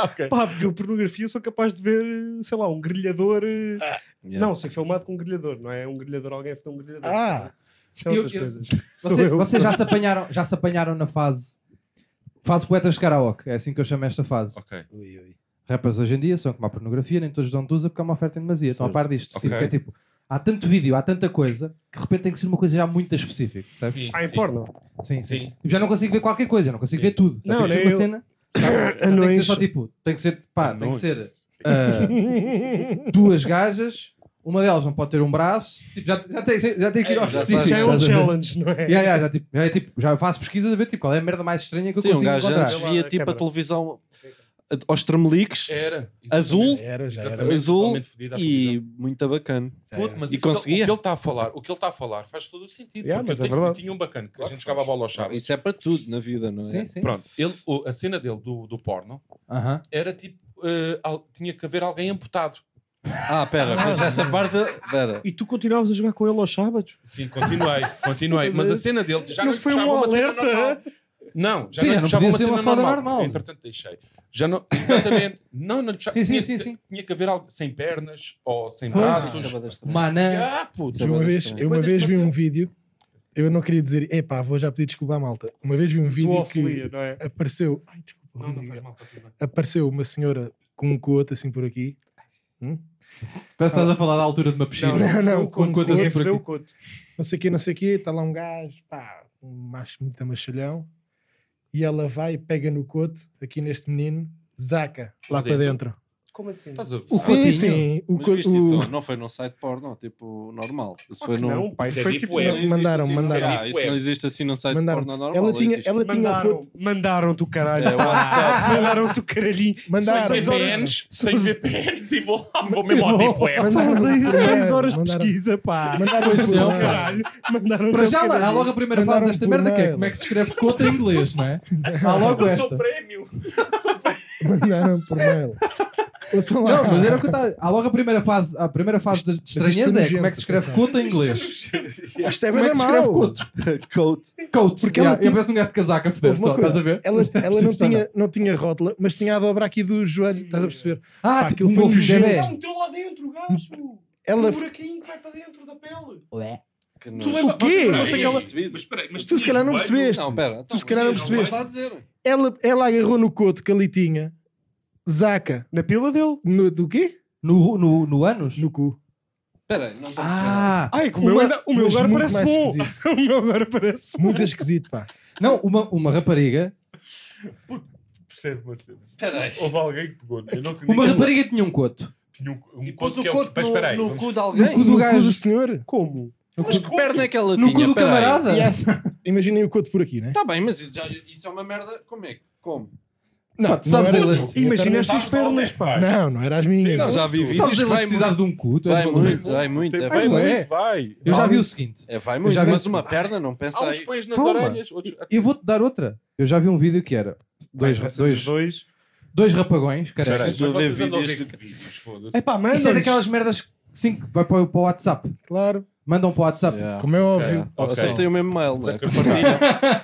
S4: Ok.
S2: Pá, porque eu pornografia sou capaz de ver, eh, sei lá, um grelhador. eh,
S5: Yeah.
S2: Não, ser filmado com um grelhador, não é? Um grelhador, alguém fez um grelhador.
S3: Ah!
S2: Isso é outras
S1: Eu- eu-
S2: coisas. Sou
S1: Você-
S2: eu.
S1: Vocês já se apanharam, já se apanharam na fase. Fase poetas de karaoke, é assim que eu chamo esta fase.
S4: Ok.
S3: ui, ui.
S1: Rappers hoje em dia são como a pornografia, nem todos dão tusa porque há uma oferta em demasia. Estão a par disto.
S4: Ok.
S1: Sim, que é tipo, há tanto vídeo, há tanta coisa, que de repente tem que ser uma coisa já muito específica, sabe?
S4: Sim,
S2: Ah, em
S4: sim.
S2: porno.
S1: Sim, sim.
S4: Sim.
S1: Tipo, Já não consigo ver qualquer coisa, eu não consigo
S4: Sim.
S1: ver tudo. Já
S2: Não, é
S1: tem que ser
S2: nem
S1: uma
S2: eu.
S1: cena. sabe? Já tem que ser só
S2: Anões.
S1: tipo, tem que ser, pá, tem que
S4: Anões.
S1: ser ah, duas gajas, uma delas não pode ter um braço, tipo, já, já, tem, já tem que ir
S5: É,
S1: ao
S5: já
S1: específico.
S5: Sim,
S2: Já é um
S1: estás a ver?
S2: challenge, não é?
S1: Yeah, yeah, já, tipo, já, é tipo, já faço pesquisas a ver tipo, qual é a merda mais estranha que eu
S5: Sim, um
S1: consigo
S5: gajo
S1: encontrar.
S5: antes
S2: Olha lá,
S5: via
S2: a
S5: tipo a
S2: câmara.
S5: televisão a- aos tremeliques
S4: Era.
S5: Azul?
S3: Já Era, já era.
S4: Exatamente.
S5: Azul
S4: Totalmente fodida a É.
S5: e muito bacana.
S4: Puto, mas
S5: E
S4: isso-
S5: conseguia?
S4: O que ele está a falar, o que ele está a falar faz todo o sentido.
S2: Yeah,
S4: porque
S2: mas
S4: eu
S2: é
S4: tenho-
S2: verdade.
S4: eu tinha um bacana que a
S5: Claro
S4: gente
S5: que
S4: jogava bola ao chave.
S5: Isso é para tudo na vida, não é?
S1: Sim, sim.
S4: Pronto, ele, o- a cena dele do, do porno
S1: Aham.
S4: era tipo. eh, al- tinha que haver alguém amputado.
S5: Ah, pera, mas essa parte. Pera.
S2: E tu continuavas a jogar com ele aos sábados?
S4: Sim, continuei, continuei. Mas a cena dele já não,
S2: Não foi um
S4: puxava uma cena
S2: alerta?
S4: normal. Não, já
S1: Sim,
S4: não,
S1: não
S4: lhe puxava
S1: podia
S4: uma
S1: ser
S4: cena
S1: uma foda
S4: normal.
S1: normal.
S4: Entretanto, deixei. Já não, exatamente. não, não lhe puxava.
S1: Sim, sim,
S4: tinha,
S1: sim, sim.
S4: tinha que haver algo sem pernas ou sem
S1: Pois. é
S4: braços.
S5: Sábado estranho.
S1: Mana.
S4: Ah, puto.
S5: Isso é
S3: Eu uma
S5: bué
S3: vez,
S5: estranho.
S3: eu uma
S4: Quantas
S3: vez vi um
S4: pessoas-
S3: vídeo, eu não queria dizer, epá, vou já pedir desculpa à malta. Uma vez vi um vídeo que
S2: Zoofilia, não é?
S3: apareceu, ai desculpa,
S4: Não, não
S3: Miguel.
S4: faz mal para ti, não.
S3: apareceu uma senhora com um coto assim por aqui.
S1: Parece que estás a falar da altura de uma
S2: Não,
S1: piscina.
S2: não,
S3: não,
S2: não.
S1: com cotas assim por
S2: fodeu
S1: aqui.
S2: o coto.
S3: não sei o quê, não sei o quê, está lá um gajo, pá, um macho muito amachalhão, e ela vai, pega no coto, aqui neste menino, zaca, lá
S4: Lá
S3: para dentro.
S2: Como assim?
S4: Estás a- é
S3: O
S1: Sim,
S3: cotinho,
S1: sim.
S3: o
S5: Mas
S3: co-
S5: viste
S3: o-
S5: isso? Não foi num site porno, tipo, normal. Isso foi
S2: que
S5: num.
S2: não, pai.
S4: Isso é
S2: Foi
S4: deep
S2: tipo...
S4: web.
S3: não- mandaram,
S4: Isso é deep
S3: mandaram.
S5: Ah, isso
S4: web.
S5: não existe assim num site
S3: Mandaram.
S5: porno normal.
S3: Ela tinha,
S5: existe.
S3: ela tinha um
S2: Mandaram,
S3: coto,
S2: mandaram-te o caralho.
S5: É, WhatsApp.
S2: mandaram-te o caralhinho.
S3: Mandaram,
S2: São seis horas,
S4: VPNs,
S2: são
S4: tenho
S2: se-
S4: VPNs e vou lá, vou mesmo ao tipo Deep Web.
S2: são
S3: Mandaram-te
S2: seis,
S3: o caralho,
S2: seis horas de
S3: mandaram-
S2: pesquisa, pá.
S3: mandaram
S1: Ah, Pois
S3: por
S1: não,
S3: mail.
S2: Caralho, mandaram-te
S1: Para
S2: o
S1: já,
S2: caralho.
S1: há logo a primeira fase
S3: Mandaram
S1: desta
S3: por
S1: merda que é
S3: mail.
S1: como é que se escreve conta em inglês, não é? Há logo
S4: Eu sou
S1: esta.
S4: prémio.
S3: mandaram por mail. Ouçam lá.
S1: Não, mas era o que eu estava. Há logo a primeira fase, a primeira fase de
S3: isto foi
S1: estranheza é como é que
S3: nojento,
S1: se escreve
S3: atenção.
S1: conta em inglês.
S3: Isto é
S1: Como é
S3: bem
S1: que se escreve
S3: mau.
S1: coto?
S5: Coat.
S1: Coat.
S3: Porque
S1: Porque
S3: ela
S1: yeah,
S3: tinha-
S1: eu parece um gajo de casaca a foder
S3: Houve uma
S1: só,
S3: coisa.
S1: estás a ver?
S3: Ela, ela não,
S1: Sim,
S3: tinha, não tinha rótula, mas tinha a dobra aqui do joelho, estás a perceber?
S1: Ah,
S3: Pá,
S1: aquilo
S3: aquilo
S1: foi um
S3: foi nojento.
S1: bebê.
S3: Não,
S4: meteu lá dentro, gajo.
S3: Ela,
S4: buraquinho que vai para dentro da pele.
S5: Que
S4: Tu
S5: nojo.
S4: leva-
S3: O quê?
S4: Mas,
S5: Não sei que ela-
S4: Mas espera aí, mas
S3: tu se calhar não
S4: tinhas
S3: percebeste.
S5: Não, pera.
S3: Tu se calhar não percebeste.
S5: Está a dizer.
S3: ela, ela agarrou no coto que ali tinha, zaca,
S2: Na pila dele.
S3: no, do quê?
S1: No, no, no anos?
S3: No cu.
S5: Espera aí, não estou a perceber.
S1: Ah,
S2: Ai, que o
S3: Uma-
S2: meu, ainda- o meu
S3: mas
S2: agora
S3: muito
S2: parece
S3: mais
S2: bom.
S3: esquisito.
S2: O meu agora parece bom.
S3: Muito esquisito, pá.
S1: não, uma, uma rapariga.
S4: Percebe, Marcelo.
S5: Espera aí.
S4: Houve alguém que pegou. Eu não sei
S1: Uma
S4: nem quem-
S1: rapariga tinha um coto.
S4: Tinha um, um
S5: E pôs
S4: coto
S5: o
S4: que é
S5: coto
S4: Mas espera aí.
S5: no, no
S4: vamos-
S5: cu de
S1: No cu
S5: alguém.
S1: do
S3: No cu
S1: gajo.
S3: do senhor.
S2: Como?
S5: Mas que perna é que ela
S1: No
S5: tinha?
S1: cu do
S5: Pera aí.
S1: camarada.
S3: E essa- Imaginem o coto por aqui, né?
S5: Tá bem, mas isso, já- isso é uma merda. Como é que? Como?
S1: Pá, tu sabes
S3: era-
S1: elas-
S2: Imagina as tuas
S4: Sabes onde
S2: pernas,
S4: é que
S2: pá.
S4: vai?
S3: Não, não era as minhas.
S5: Não, já vi
S1: Sabes a
S5: vídeos. Vai
S1: elasticidade
S5: muito,
S1: de um coto?
S5: vai muito, vai muito. é,
S4: Vai,
S5: vai muito.
S1: é.
S4: muito, vai.
S1: Eu já vi o seguinte.
S5: É, vai
S1: já
S5: muito.
S1: vi
S5: Mas
S1: isso.
S5: uma perna, não pensa
S4: Há uns
S5: aí.
S4: pões nas
S1: Calma.
S4: orelhas, outros. Ah,
S1: E eu vou-te dar outra. Eu já vi um vídeo que era dois, dois,
S2: dois.
S1: dois rapagões.
S4: Espera aí,
S1: Carecas.
S5: Estou a ver
S4: vocês andam a
S5: vídeos
S4: ver vídeos, foda-se.
S2: É pá,
S1: Isto é
S2: manda
S1: daquelas merdas que sim, que vai para o, para o WhatsApp.
S3: Claro,
S1: Mandam para o WhatsApp.
S5: Yeah.
S3: como é óbvio.
S5: Yeah.
S4: Ok.
S5: Vocês têm o mesmo mail,
S4: né?
S5: não é?
S4: Desacaparado.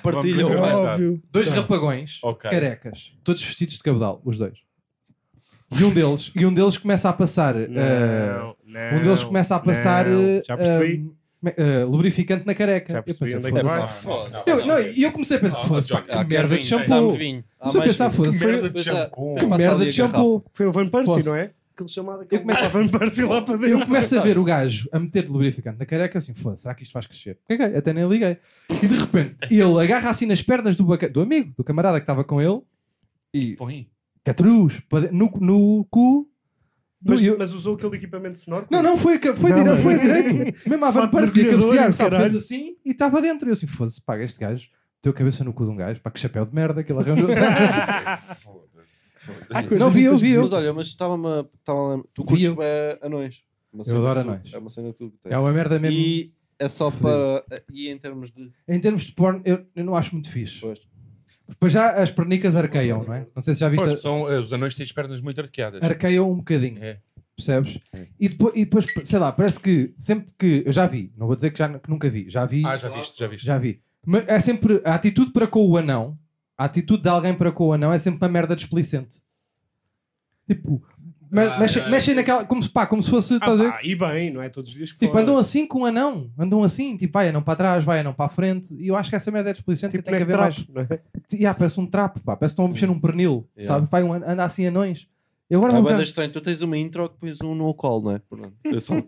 S3: Como
S4: Vamos
S5: Partilham. Partilham.
S3: é
S4: Claro.
S3: óbvio.
S1: Dois
S3: Tá.
S1: rapagões,
S4: Ok.
S1: carecas, todos vestidos de cabedal, os dois. E um deles, e um deles começa a passar. eh,
S2: Não, não,
S1: um deles começa a passar.
S2: não.
S1: eh,
S2: Já percebi.
S1: um, me- eh, lubrificante na careca.
S2: Já
S1: Eu
S2: percebi
S1: pensei,
S2: onde é que
S1: "Foda-se."
S2: vai.
S1: Eu- não, E eu comecei a pensar,
S4: Ah,
S1: foda-se,
S4: John,
S1: pá,
S5: ah,
S1: que merda de
S4: Kevin, um.
S1: shampoo.
S5: vinho.
S1: Mas eu pensava, foda-se, foi-
S4: merda de
S5: é,
S4: shampoo.
S1: que merda de shampoo.
S2: Foi o Van Persie,
S1: Posso?
S2: não é? Aquele chamado que
S1: Eu começo a-
S2: Van Persie lá para
S1: Eu
S2: dentro.
S1: começo a ver o gajo a meter lubrificante na careca, assim, foda-se, será que isto faz crescer? Caguei, até nem liguei. E de repente, ele agarra assim nas pernas do, baca- do amigo, do camarada que estava com ele, e
S4: Põe.
S1: catruz, para de- no, no cu.
S2: Mas,
S1: Do- eu-
S2: mas usou aquele equipamento sonoro?
S1: Não, não, foi, a ca- foi,
S2: Não,
S1: direito,
S2: não.
S1: foi a direito. Mesmo à Van
S2: Fato
S1: Persie, a
S2: mergulhador,
S1: cabecear, sabe, fez
S2: caralho.
S1: assim e estava dentro. E eu assim, foda-se, paga este gajo, meteu a cabeça no cu de um gajo, pá, que chapéu de merda que ele arranjou. sabe?
S4: Foda-se.
S5: Há
S1: coisas Não, vi eu,
S5: muitas-
S1: vi eu.
S5: Mas olha, mas estava-me a. estava a- Tu
S1: Vi
S5: curtes
S1: eu.
S5: bué anões. Uma cena
S1: adoro
S5: que tu-
S1: anões.
S5: É uma cena que tu tens.
S1: é uma merda mesmo.
S5: E é só para. E em termos de.
S1: Em termos de porno, eu, eu não acho muito fixe.
S5: Pois.
S1: Depois já as pernicas arqueiam, não é? Não sei se já viste.
S4: Pois, são, eh, os anões têm as pernas muito arqueadas.
S1: arqueiam um bocadinho,
S4: É.
S1: percebes? E, depois, e depois, sei lá, parece que sempre que. Eu já vi, não vou dizer que, já, que nunca vi, já vi,
S4: Ah, já viste, já viste.
S1: já vi. Mas é sempre. A atitude para com o anão, a atitude de alguém para com o anão é sempre uma merda displicente. Tipo, me-
S4: Ah,
S1: mexem,
S4: é.
S1: mexem naquela. Como se, pá, como se fosse. estás tá a ver?
S2: Ah, pá, e bem, não é todos os dias que
S1: Tipo,
S2: fala.
S1: andam assim com o anão, andam assim, tipo, vai anão para trás, vai anão para a frente, e eu acho que essa merda é displicente
S2: Tipo,
S1: e tem que
S2: não é
S1: haver
S2: trapo,
S1: mais.
S2: não é?
S1: Yeah, parece um trapo, pá. Parece que estão a mexer
S4: Hum.
S1: num pernil,
S5: Yeah.
S1: sabe? Vai um, anda assim anões.
S2: um
S1: Eu agora
S5: É
S1: não
S5: bué da
S1: quero-
S5: estranho. Tu tens uma intro que pões um no call, não é? Pronto. É só.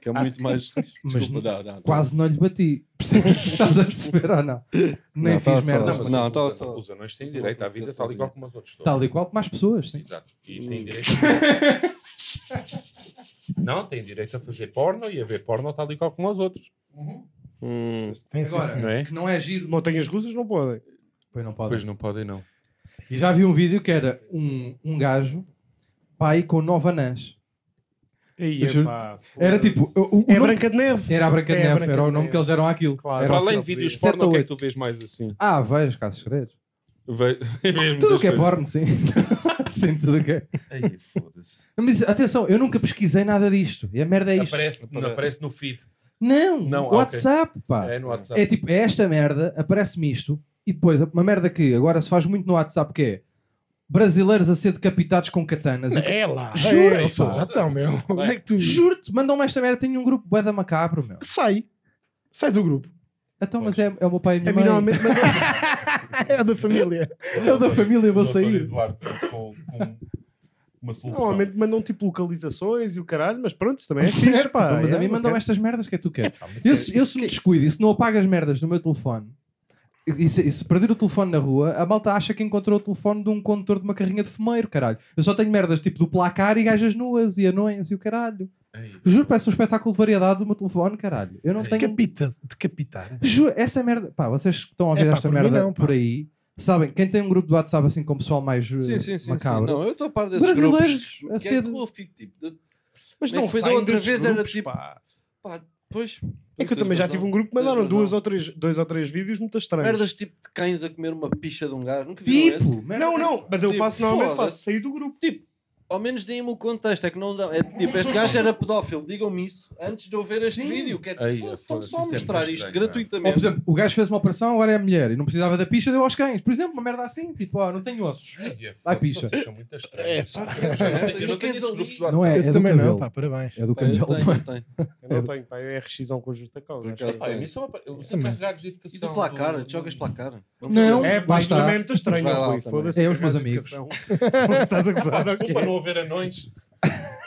S5: Que é muito mais. Desculpa, não, não, não.
S1: Ah, quase não lhe bati. Percebes? Estás a perceber ou não? Nem
S5: Não, tava
S1: fiz
S5: só-
S1: merda.
S4: Não, mas
S5: Não,
S4: os,
S5: tava
S4: os-
S5: só-
S4: os anões têm
S5: só
S4: direito à
S5: uma
S4: vida, tal e
S5: publicaçãozinha.
S4: qual como as outras.
S1: Tal e qual como as pessoas, sim.
S4: Exato. E têm direito. não, têm direito a fazer porno e a ver porno tal e qual como os outros.
S5: Hum.
S3: Tem sim,
S1: Uhum. Agora,
S4: não é?
S1: que não é giro.
S2: Montanhas russas não podem.
S1: Pois não
S4: Pois
S1: pode.
S4: não podem, não.
S1: E já vi um vídeo que era um, um gajo, pai com nove anãs.
S2: Aí,
S1: Eu juro.
S2: epá,
S1: Era
S2: foda-se.
S1: tipo. O, o
S2: É
S1: nome-
S2: Branca de Neve.
S1: Era a Branca de
S2: É a
S1: Neve,
S2: Branca
S1: era o
S2: de
S1: nome
S2: Neve.
S1: que eles deram àquilo.
S2: Claro.
S1: Era
S4: Para
S1: o
S4: além um de
S1: selfie.
S4: vídeos
S1: Sete
S4: porno,
S1: ou
S4: o que é que
S1: oito.
S4: tu vês mais assim?
S1: Ah, vejo, caso segredo.
S4: Ve- vês
S1: Tudo o
S4: muitas
S1: que é
S4: coisas.
S1: porno, sim. sim, tudo o que é.
S5: Ai, foda-se.
S1: Mas atenção, eu nunca pesquisei nada disto. E a merda é isto.
S4: Aparece, não, aparece no feed.
S1: Não,
S4: Não, ah,
S1: WhatsApp, pá.
S4: É no WhatsApp.
S1: É tipo, é esta merda, aparece-me isto, e depois uma merda que agora se faz muito no WhatsApp que é brasileiros a ser decapitados com katanas. Eu-
S3: É lá.
S1: Juro,
S3: é,
S1: pá.
S3: pessoal, já estão, meu. Onde é que tu.
S1: Juro-te, mandam-me esta merda, tenho um grupo bué da macabro, meu.
S3: Sai. Sai do grupo.
S1: Então, mas é, é o meu pai e a
S2: A
S1: minha
S2: mim
S1: mãe.
S2: normalmente mandam- tipo-
S3: É da família.
S1: Eu É da família vou sair.
S4: Eduardo, com, com uma solução.
S2: normalmente mandam tipo localizações e o caralho, mas pronto, isso também é
S1: Certo,
S2: fixe, pá.
S1: mas a
S2: É,
S1: mim
S2: não
S1: mandam
S2: quero.
S1: estas merdas que é tu queres. Eu, se- eu se me descuido e se não apago as merdas do meu telefone, e se, e se perder o telefone na rua, a malta acha que encontrou o telefone de um condutor de uma carrinha de fumeiro, caralho. Eu só tenho merdas tipo do placar e gajas nuas e anões e o caralho.
S4: Ei,
S1: Juro, parece um espetáculo de variedades o meu telefone, caralho. Eu não tenho. um-
S3: Decapita, decapitar.
S1: Juro, essa merda. Pá, vocês que estão a ver
S3: É pá,
S1: esta
S3: por mim
S1: merda
S3: não, pá.
S1: por aí, sabem, quem tem um grupo do WhatsApp assim com pessoal mais eh,
S5: Sim, sim, sim. sim.
S1: macabro.
S5: Não, eu estou a par desses
S1: Brasileiros,
S5: grupos.
S1: a
S5: Que é
S1: ser-
S5: que eu fico tipo. de-
S2: Mas
S5: Mas
S2: não
S5: foi da
S2: saem
S5: outra
S2: desses
S5: vez, era
S2: grupos,
S5: tipo-
S2: pá.
S5: Pá, pois.
S2: É que eu também já tive um grupo que
S5: Tens
S2: mandaram
S5: razão.
S2: duas ou três, dois ou três vídeos muito estranhos.
S5: Merdas tipo de cães a comer uma picha de um gajo. Nunca viram esse?
S1: Tipo, merda.
S2: Não, não, mas eu
S5: Tipo,
S2: faço normalmente,
S5: foda-se.
S2: faço sair do grupo.
S5: Tipo, ao menos deem-me o contexto. É que não dá. É tipo, este gajo era pedófilo. Digam-me isso antes de eu ver este
S1: Sim.
S5: vídeo. Que é
S4: Ai,
S5: tipo, estão
S4: foda-se,
S5: só a
S4: isso é
S5: mostrar
S4: muito
S5: isto
S1: Ou,
S4: estranho,
S1: tipo, por
S5: gratuitamente.
S1: exemplo, o gajo fez uma operação, agora é a mulher e não precisava da picha, deu aos cães. Por exemplo, uma merda assim, tipo, ó, não tenho ossos.
S4: ei, é
S1: Vai,
S4: foda-se,
S1: picha.
S4: vocês são muito estranhas.
S5: pá,
S4: é, Eu não
S5: mas
S4: tenho
S5: tens
S4: esses
S5: ali-
S4: grupos do
S1: Não é,
S4: WhatsApp.
S1: é
S3: Eu
S1: do
S3: também não,
S1: cabelo.
S3: pá, parabéns.
S1: É do
S5: Pá, eu
S1: cabelo.
S5: tenho, eu tenho.
S2: Eu não tenho, pá, é RX ao conjunto da causa.
S5: Por
S2: acho
S5: acaso
S2: que é.
S4: Pá, a mim são uma- Os
S3: Também.
S4: encarregados de
S5: E
S4: educação.
S5: tu pela cara,
S4: do-
S5: jogas pela cara.
S1: Não.
S2: É,
S1: Lá
S2: pá, isto
S1: está.
S2: também é muito estranho,
S5: Vai lá
S2: Rui.
S5: também.
S2: Foda-se.
S1: É
S2: que
S1: os meus
S2: mais
S1: amigos.
S2: educação.
S6: um-
S2: Estás a gozar, ok?
S4: Desculpa não haver anões,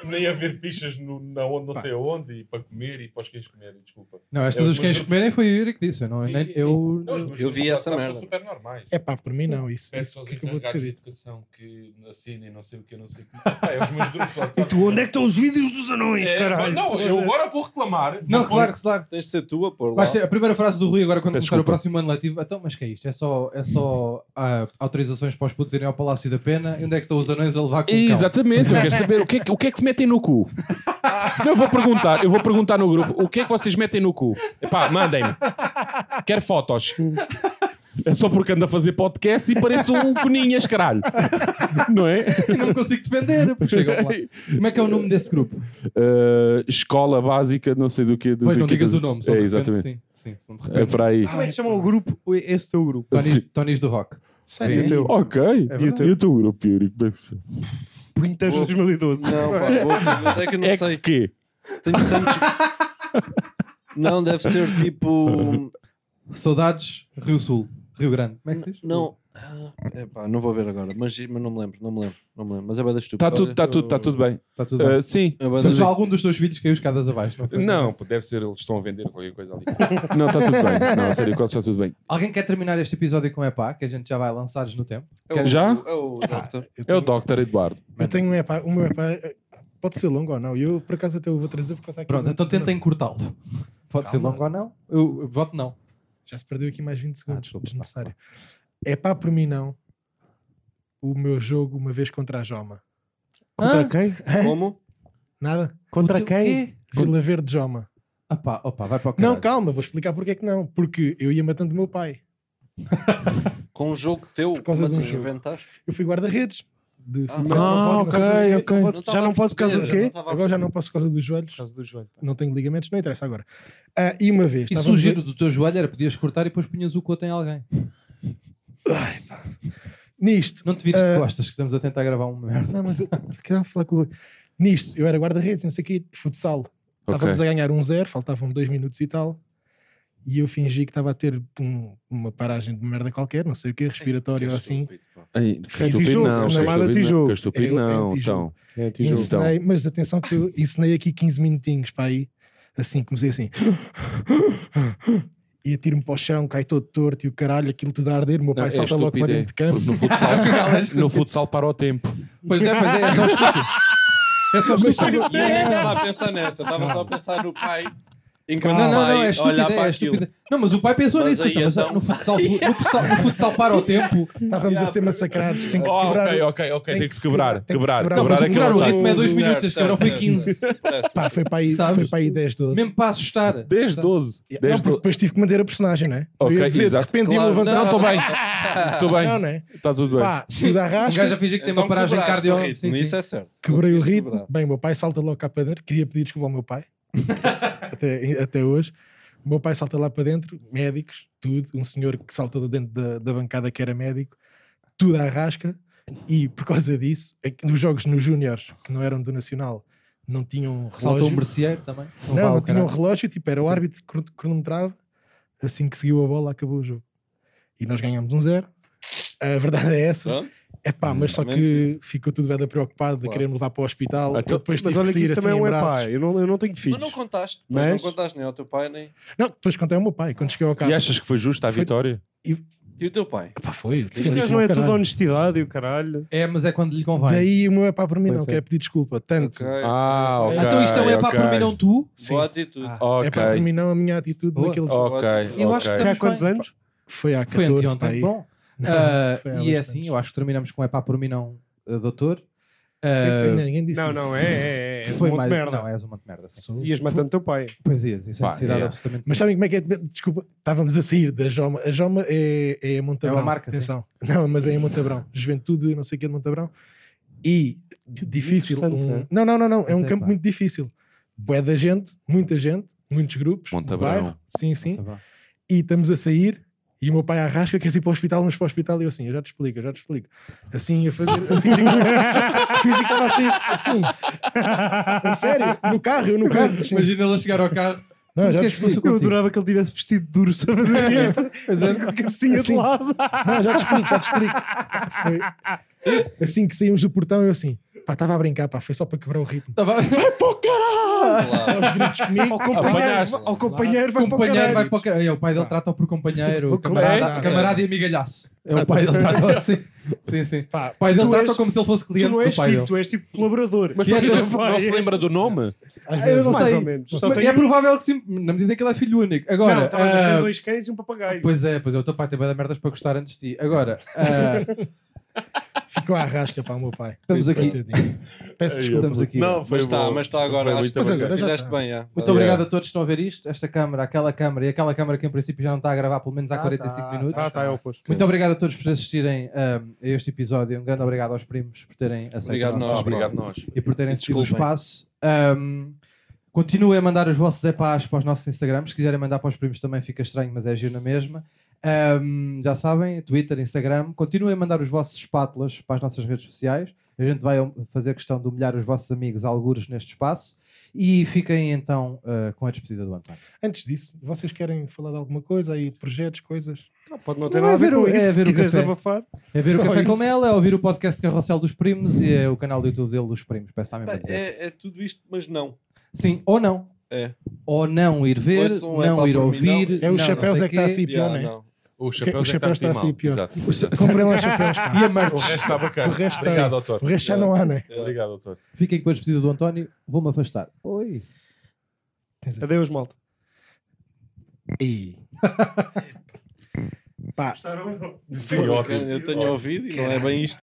S4: nem haver pichas no, na onde, não sei aonde, e para comer e para os cães comerem, desculpa.
S1: Não, esta
S4: É,
S1: dos
S4: mas
S1: cães
S4: eu-
S1: comerem foi a Yuri que disse. eu Não, é?
S4: Sim,
S1: nem-
S4: sim, sim.
S1: eu,
S4: Não, os meus
S5: Eu vi
S4: grupos
S5: essa
S4: do WhatsApp
S5: merda.
S4: São super normais.
S3: É pá, por mim não. Isso,
S4: Peço
S3: isso
S4: aos
S3: que acabou de ser
S4: encarregados de
S3: dito.
S4: educação que assinem, não sei o que, não sei o que. Pá, é os meus grupos do WhatsApp.
S2: Onde é que estão os vídeos dos anões,
S4: É,
S2: caralho?
S4: Não, eu agora vou reclamar.
S1: não,
S4: Vou-
S1: claro, claro.
S5: Tens de ser tua, pôr lá.
S1: Vai ser a primeira frase do Rui agora quando
S2: Peço
S1: começar
S2: desculpa.
S1: o próximo ano letivo. Então, mas que é isto? É só, é só ah, autorizações para os putos irem ao Palácio da Pena e onde é que estão os anões a levar com o cão?
S6: Exatamente, eu quero saber o que, é que, o que é que se metem no cu. Não, eu vou perguntar, eu vou perguntar no grupo o que é que vocês metem no cu. Epá, mandem-me. Quero fotos. É só porque ando a fazer podcast e pareço um coninhas, caralho. Não é?
S1: Eu não me consigo defender, porque chegam lá. Como é que é o nome desse grupo?
S6: Uh, escola básica, não sei do que.
S1: Pois não digas o nome, só
S6: É,
S1: de repente,
S6: exatamente.
S1: Sim, sim, são de
S6: É
S1: repente.
S6: para aí.
S2: Como é que chama o grupo? Esse teu grupo.
S1: Tonis, Tonis do Rock.
S3: Sério?
S1: E o
S3: Teu...
S6: Ok.
S1: verdade.
S6: e o teu- e o teu grupo, Yuri? Como é que se-
S2: Pintas
S5: Vou-
S2: 2012.
S5: Não, pá, vou- é que eu não sei.
S6: XQ.
S5: Tenho tantos. Não, deve ser tipo.
S1: Saudades, Rio Sul, Rio Grande. Como é que se diz?
S5: Não. ah, epá, não vou ver agora, mas, mas não me lembro, não me lembro, não me lembro. Mas é bada estúpido.
S6: Está tudo, tá tudo, tá tudo bem.
S1: Está tudo bem.
S6: Ah, sim.
S5: É bué da
S1: Mas
S5: estúpido.
S1: só algum dos teus filhos caiu escadas abaixo, não foi?
S6: Não, pô, deve ser, eles estão a vender qualquer coisa ali. É Não, está tudo bem. Não, a sério, quase está tudo bem.
S1: Alguém quer terminar este episódio com epá, que a gente já vai lançados no tempo?
S5: É
S6: Quer
S5: o-
S6: já?
S5: É o Doctor.
S3: Eu
S6: É o
S3: tenho,
S6: Dr. Eduardo.
S3: eu tenho um epá, o meu epá eh, pode ser longo ou não. Eu por acaso até o vou trazer por causa aqui
S1: Pronto,
S3: do-
S1: então
S3: do
S1: tentem
S3: nosso-
S1: cortá-lo. Pode ser
S3: Calma.
S1: longo ou não? Eu, eu voto não.
S3: Já se perdeu aqui mais 20 segundos,
S1: desculpa,
S3: desnecessário. Epá, por mim não. O meu jogo uma vez contra a Joma.
S2: Contra
S1: Hã?
S2: quem?
S3: Ah, é?
S5: Como?
S3: Nada?
S2: Contra
S1: Então, O teu
S2: quem?
S1: quê?
S3: Vila Verde Joma.
S1: Ah pá, opa, vai para o
S3: Não,
S1: caralho.
S3: calma, vou explicar porque é que não. Porque eu ia matando o meu pai.
S5: Com um jogo teu?
S3: Por causa
S5: Como
S3: de um
S5: assim?
S3: jogo.
S5: Inventaste?
S3: Eu fui guarda-redes. de
S5: Ah,
S3: futsal.
S5: ah,
S3: Não
S2: Por
S3: pode por causa
S2: causa de-
S3: do-
S2: não pode- Já
S5: estava
S2: não
S5: a
S2: pode por causa do
S5: perceber,
S2: quê?
S5: não estava a
S3: Agora já
S5: perceber.
S3: não posso por causa dos joelhos.
S2: Por causa do joelho.
S3: Não tenho ligamentos, não interessa agora. Ah, e uma vez.
S1: E se o
S3: estávamos a-
S1: giro do teu joelho era podias cortar e depois punhas o coto em alguém.
S3: Nisto.
S1: Não te vires de
S3: Ah.
S1: costas, que estamos a tentar gravar uma merda.
S3: Não, mas eu quero falar com o Rui. Nisto, eu era guarda-redes, não sei o quê, de futsal.
S6: Ok.
S3: Estávamos a ganhar um zero, faltavam dois minutos e tal. E eu fingi que estava a ter um- uma paragem de merda qualquer, não sei o quê, respiratório ou
S5: Que
S3: assim.
S5: estúpido, pá.
S6: Ai, que estúpido
S2: tijolo,
S6: não. que
S2: chamada
S6: estúpido
S2: tijolo.
S6: não, que estúpido
S3: É, é
S6: não.
S3: tijolo.
S6: Então,
S2: É, tijolo.
S6: Então.
S3: Ensinei, mas atenção que eu ensinei aqui 15 minutinhos para aí. Assim, comecei assim. E atiro-me para o chão, cai todo torto e o caralho, aquilo tudo a arder. O meu pai
S6: não, é
S3: salta logo para
S6: estúpido. é,
S3: dentro de campo.
S6: porque No futsal, no futsal para o tempo.
S1: Pois é, pois é, é só estúpido. É só
S3: Mas
S1: estúpido.
S3: sabe-
S7: estava a pensar nessa, estava só a pensar no pai.
S1: Não,
S7: Enquanto
S1: não, não,
S7: pai
S1: é estúpido,
S7: olhar
S1: é,
S7: para aquilo.
S1: estúpido. Não, mas o pai pensou
S7: Mas
S1: nisso.
S7: aí
S1: mas
S7: então-
S1: no, futsal, no, futsal, no futsal para o tempo.
S3: Estávamos a ser massacrados. Tem que se
S6: Oh,
S3: quebrar.
S6: ok, ok, ok. Tem que se quebrar.
S3: tem que se
S6: Quebrar,
S3: quebrar.
S1: Não, mas
S6: quebrar aquele
S1: quebrar o
S6: lado.
S1: ritmo é 2
S7: Certo,
S1: minutos,
S7: certo,
S1: cara, foi
S7: certo,
S1: 15.
S7: certo.
S3: Pá, foi para aí,
S1: Sabes?
S3: foi para aí 10, 12.
S1: Mesmo para assustar.
S6: 10, 12.
S3: Yeah.
S6: 10,
S3: não, porque
S6: 12.
S3: depois tive que manter a personagem, né?
S6: Ok,
S3: eu ia dizer,
S6: exato.
S3: de repente ia
S5: Claro.
S3: levantar.
S6: Não, estou bem. Estou
S3: Não,
S6: bem.
S3: né?
S6: Está tudo bem.
S3: Pá, se da
S1: O
S3: rasca,
S1: Um gajo a fingir que tem uma
S5: Então
S1: paragem
S5: quebraste
S1: cardio.
S5: o ritmo,
S1: Sim, sim.
S5: Isso é certo.
S3: quebrei o
S5: Conseguiste
S3: ritmo.
S5: quebrar.
S3: Bem, o meu pai salta logo cá para dentro. Queria pedir desculpa ao meu pai, até, até hoje. O meu pai salta lá para dentro, médicos, tudo. Um senhor que saltou de dentro da, da bancada que era médico, tudo à rasca. E por causa disso, é que nos jogos nos Júniores, que não eram do Nacional, não tinham
S1: Saltou um
S3: relógio.
S1: merceeiro também. vá
S3: Não,
S1: ao
S3: não tinha um
S1: caralho.
S3: relógio, tipo, era o
S1: Sim.
S3: árbitro que cron- cronometrava. Assim que seguiu a bola, acabou o jogo. E nós ganhámos um zero. A verdade é essa.
S7: Pronto.
S3: É pá, mas só
S5: Também
S3: que
S5: preciso.
S3: ficou tudo bem preocupado de
S5: Claro.
S3: querer me levar para o hospital.
S6: Ah,
S3: eu depois
S2: Mas
S3: tive
S2: olha
S3: que
S2: que
S3: sair
S2: isso
S3: assim
S2: também é
S3: em
S2: um
S3: braços.
S2: epá. Eu não, eu não tenho
S5: Mas
S2: filhos.
S5: não contaste, mas
S2: Mas-
S5: não contaste nem ao teu pai, nem.
S3: Não, depois contei ao meu pai, quando cheguei ao carro.
S6: E achas que foi justa a
S3: Foi-
S6: vitória?
S5: E o teu pai?
S3: Epá, foi.
S2: Filhos
S3: defendi-me
S2: não é
S3: ao
S2: tudo
S3: caralho.
S2: honestidade e o caralho.
S1: É, mas é quando lhe convém.
S3: Daí o meu epá por mim
S2: Pois
S3: não
S2: é.
S3: quer pedir desculpa. Tanto.
S4: É.
S5: Ok.
S6: Ah, ok.
S1: Então isto é um é para
S6: ok.
S1: por mim, não tu?
S3: Sim.
S5: Boa atitude.
S1: Ah,
S3: É
S6: Ok,
S3: para mim não a minha atitude
S1: Boa.
S3: naquele jogo.
S6: ok.
S1: Eu acho
S6: ok.
S1: que
S2: Foi há
S1: Estamos
S2: quantos
S1: bem.
S2: anos?
S3: Foi há 14
S1: Foi
S3: pá, aí.
S1: anteontem. Bom.
S3: Não,
S1: Ah,
S3: foi há
S1: e é
S3: bastantes.
S1: assim, eu acho que terminamos com é pá por mim, não, ah, doutor. Ah,
S3: Sim, sim, ninguém disse
S2: Não,
S3: isso.
S2: não, é. é, é, é
S1: foi
S2: um monte
S1: mais.
S2: de merda.
S1: Não, és uma de merda. Sim.
S3: Sou-
S2: Ias matando teu pai.
S1: Pois é, isso é
S6: Pá,
S1: necessidade
S6: é.
S1: absolutamente.
S3: Mas sabem como é que é? Desculpa, estávamos a sair da Joma. A Joma é, é a Montabrão.
S1: É uma marca, sim.
S3: Atenção. Não, mas é em Montabrão. Juventude, não sei o que é de Montabrão. E difícil.
S2: desinteressante,
S3: um-
S2: é?
S3: Não, não, não, não. É
S1: Pois
S3: um
S1: é,
S3: campo
S1: pá.
S3: muito difícil. Boé da gente, muita gente, muitos grupos.
S6: Montabrão.
S3: bairro. Sim, sim.
S1: Tá bom.
S3: E estamos a sair. E o meu pai arrasca, quer ir para o hospital, mas para o hospital. E eu assim, eu já te explico, eu já te explico. Assim, a fazer. A fingir, é que- fingir que estava a sair. Assim. A sério? No carro, eu no carro. assim.
S1: Imagina ela chegar ao carro.
S3: Não,
S1: Mas
S3: já
S1: o que
S3: te
S1: é que se passou
S3: explico.
S2: Eu
S1: contigo?
S2: adorava que ele tivesse vestido duro só a fazer isto. assim, com a cabecinha
S3: Assim.
S2: de lado.
S3: Não, já te explico, já te explico. Foi- Assim que saímos do portão, eu assim, pá, estava a brincar, pá, foi só para quebrar o ritmo.
S1: Tava...
S5: Claro.
S3: Aos gritos comigo,
S2: Ao companheiro,
S6: Apanhaste.
S2: ao companheiro vai para o
S1: companheiro vai
S2: caralho.
S1: para o caralho. É, O pai dele trata-o por companheiro,
S2: O
S1: camarada,
S3: companheiro.
S1: camarada e amigalhaço. É o pai dele trata-o assim. Sim, sim.
S3: pá,
S1: O pai dele
S2: Tu
S1: trata-o
S2: és-
S1: como se ele fosse
S2: Tu
S1: cliente
S2: não és
S1: do pai
S2: filho,
S1: dele.
S2: tu és tipo colaborador.
S6: Mas
S1: Que é
S6: porquê
S1: teu
S6: não se- não se lembra do nome?
S3: às
S2: Ah, eu
S3: vezes,
S2: não
S3: mais
S2: sei.
S3: ou menos.
S2: Só
S1: Mas
S2: tenho- um-
S1: É provável que sim, na medida em que ele é filho único. Agora,
S2: Não, tá bem, mas
S1: ah,
S2: tem dois cães e um papagaio.
S1: pois é, pois é, o teu pai tem bué da merdas para gostar antes de ti. Agora, ah,
S3: Ficou à rasca para o meu pai.
S1: Estamos aqui.
S3: Coitadinho. Peço desculpa.
S1: estamos aqui.
S6: Não, foi
S5: Mas está,
S6: bom.
S5: mas está
S6: Foi
S5: agora. Acho
S6: muito
S5: que
S3: Mas agora já
S5: fizeste
S3: está.
S5: bem, já.
S1: Muito obrigado
S6: Yeah.
S1: a todos que estão a ver isto. Esta câmara, aquela câmara e aquela câmara que em princípio já não está a gravar pelo menos há
S3: Ah,
S1: 45
S3: tá,
S1: minutos.
S2: Tá, tá, é o oposto.
S1: Muito obrigado a todos por assistirem ahm, a este episódio. Um grande obrigado aos primos por terem aceito
S5: Obrigado
S1: o nosso
S5: nós,
S1: convite
S6: Obrigado, nós.
S1: e por terem sido o
S5: Desculpem.
S1: espaço. Ahm, continuem a mandar os vossos epás para os nossos Instagrams. Se quiserem mandar para os primos também fica estranho, mas é giro na mesma. Ahm, já sabem, Twitter, Instagram. Continuem a mandar os vossos espátulas para as nossas redes sociais. A gente vai um, fazer questão de humilhar os vossos amigos algures neste espaço. E fiquem então ah, com a despedida do António.
S3: Antes disso, vocês querem falar de alguma coisa aí? Projetos, coisas?
S2: Pode não um- ter
S1: Não, é
S2: nada a ver
S1: ver
S2: com
S1: o- é
S2: isso.
S1: ver
S2: se
S1: o
S2: quiseres
S1: café.
S2: abafar.
S1: É ver o
S2: Oh,
S1: Café
S2: isso.
S1: com Mel, é ouvir o podcast Carrossel dos Primos e é o canal do YouTube dele dos Primos. Peço também
S5: Pá,
S1: para dizer.
S5: É, é tudo isto, mas não.
S1: Sim, ou não.
S5: É.
S1: Ou não ir ver,
S5: Ouçam, é
S1: não
S5: pá,
S1: ir
S5: por mim,
S1: ouvir.
S3: É
S1: não,
S3: o
S1: não
S3: chapéus
S1: sei
S3: é que está
S1: quê.
S3: assim pior,
S5: Yeah,
S3: não é?
S5: não.
S4: tá. O
S3: o
S4: chapéu já está
S3: chapéu
S4: assim a
S3: está
S4: sair
S3: a
S4: mal.
S3: sair pior.
S4: Exato.
S3: Comprem lá chapéus, pá.
S1: E a
S4: O
S1: merch.
S4: resto está bacana.
S3: O resto está-
S4: Obrigado, doutor.
S3: O resto já não há, né?
S4: Obrigado, doutor.
S1: Fiquem com a despedida do António. Vou-me afastar. Oi.
S2: Adeus, malta.
S3: E... Pá,
S7: Eu tenho ouvido e não é bem isto.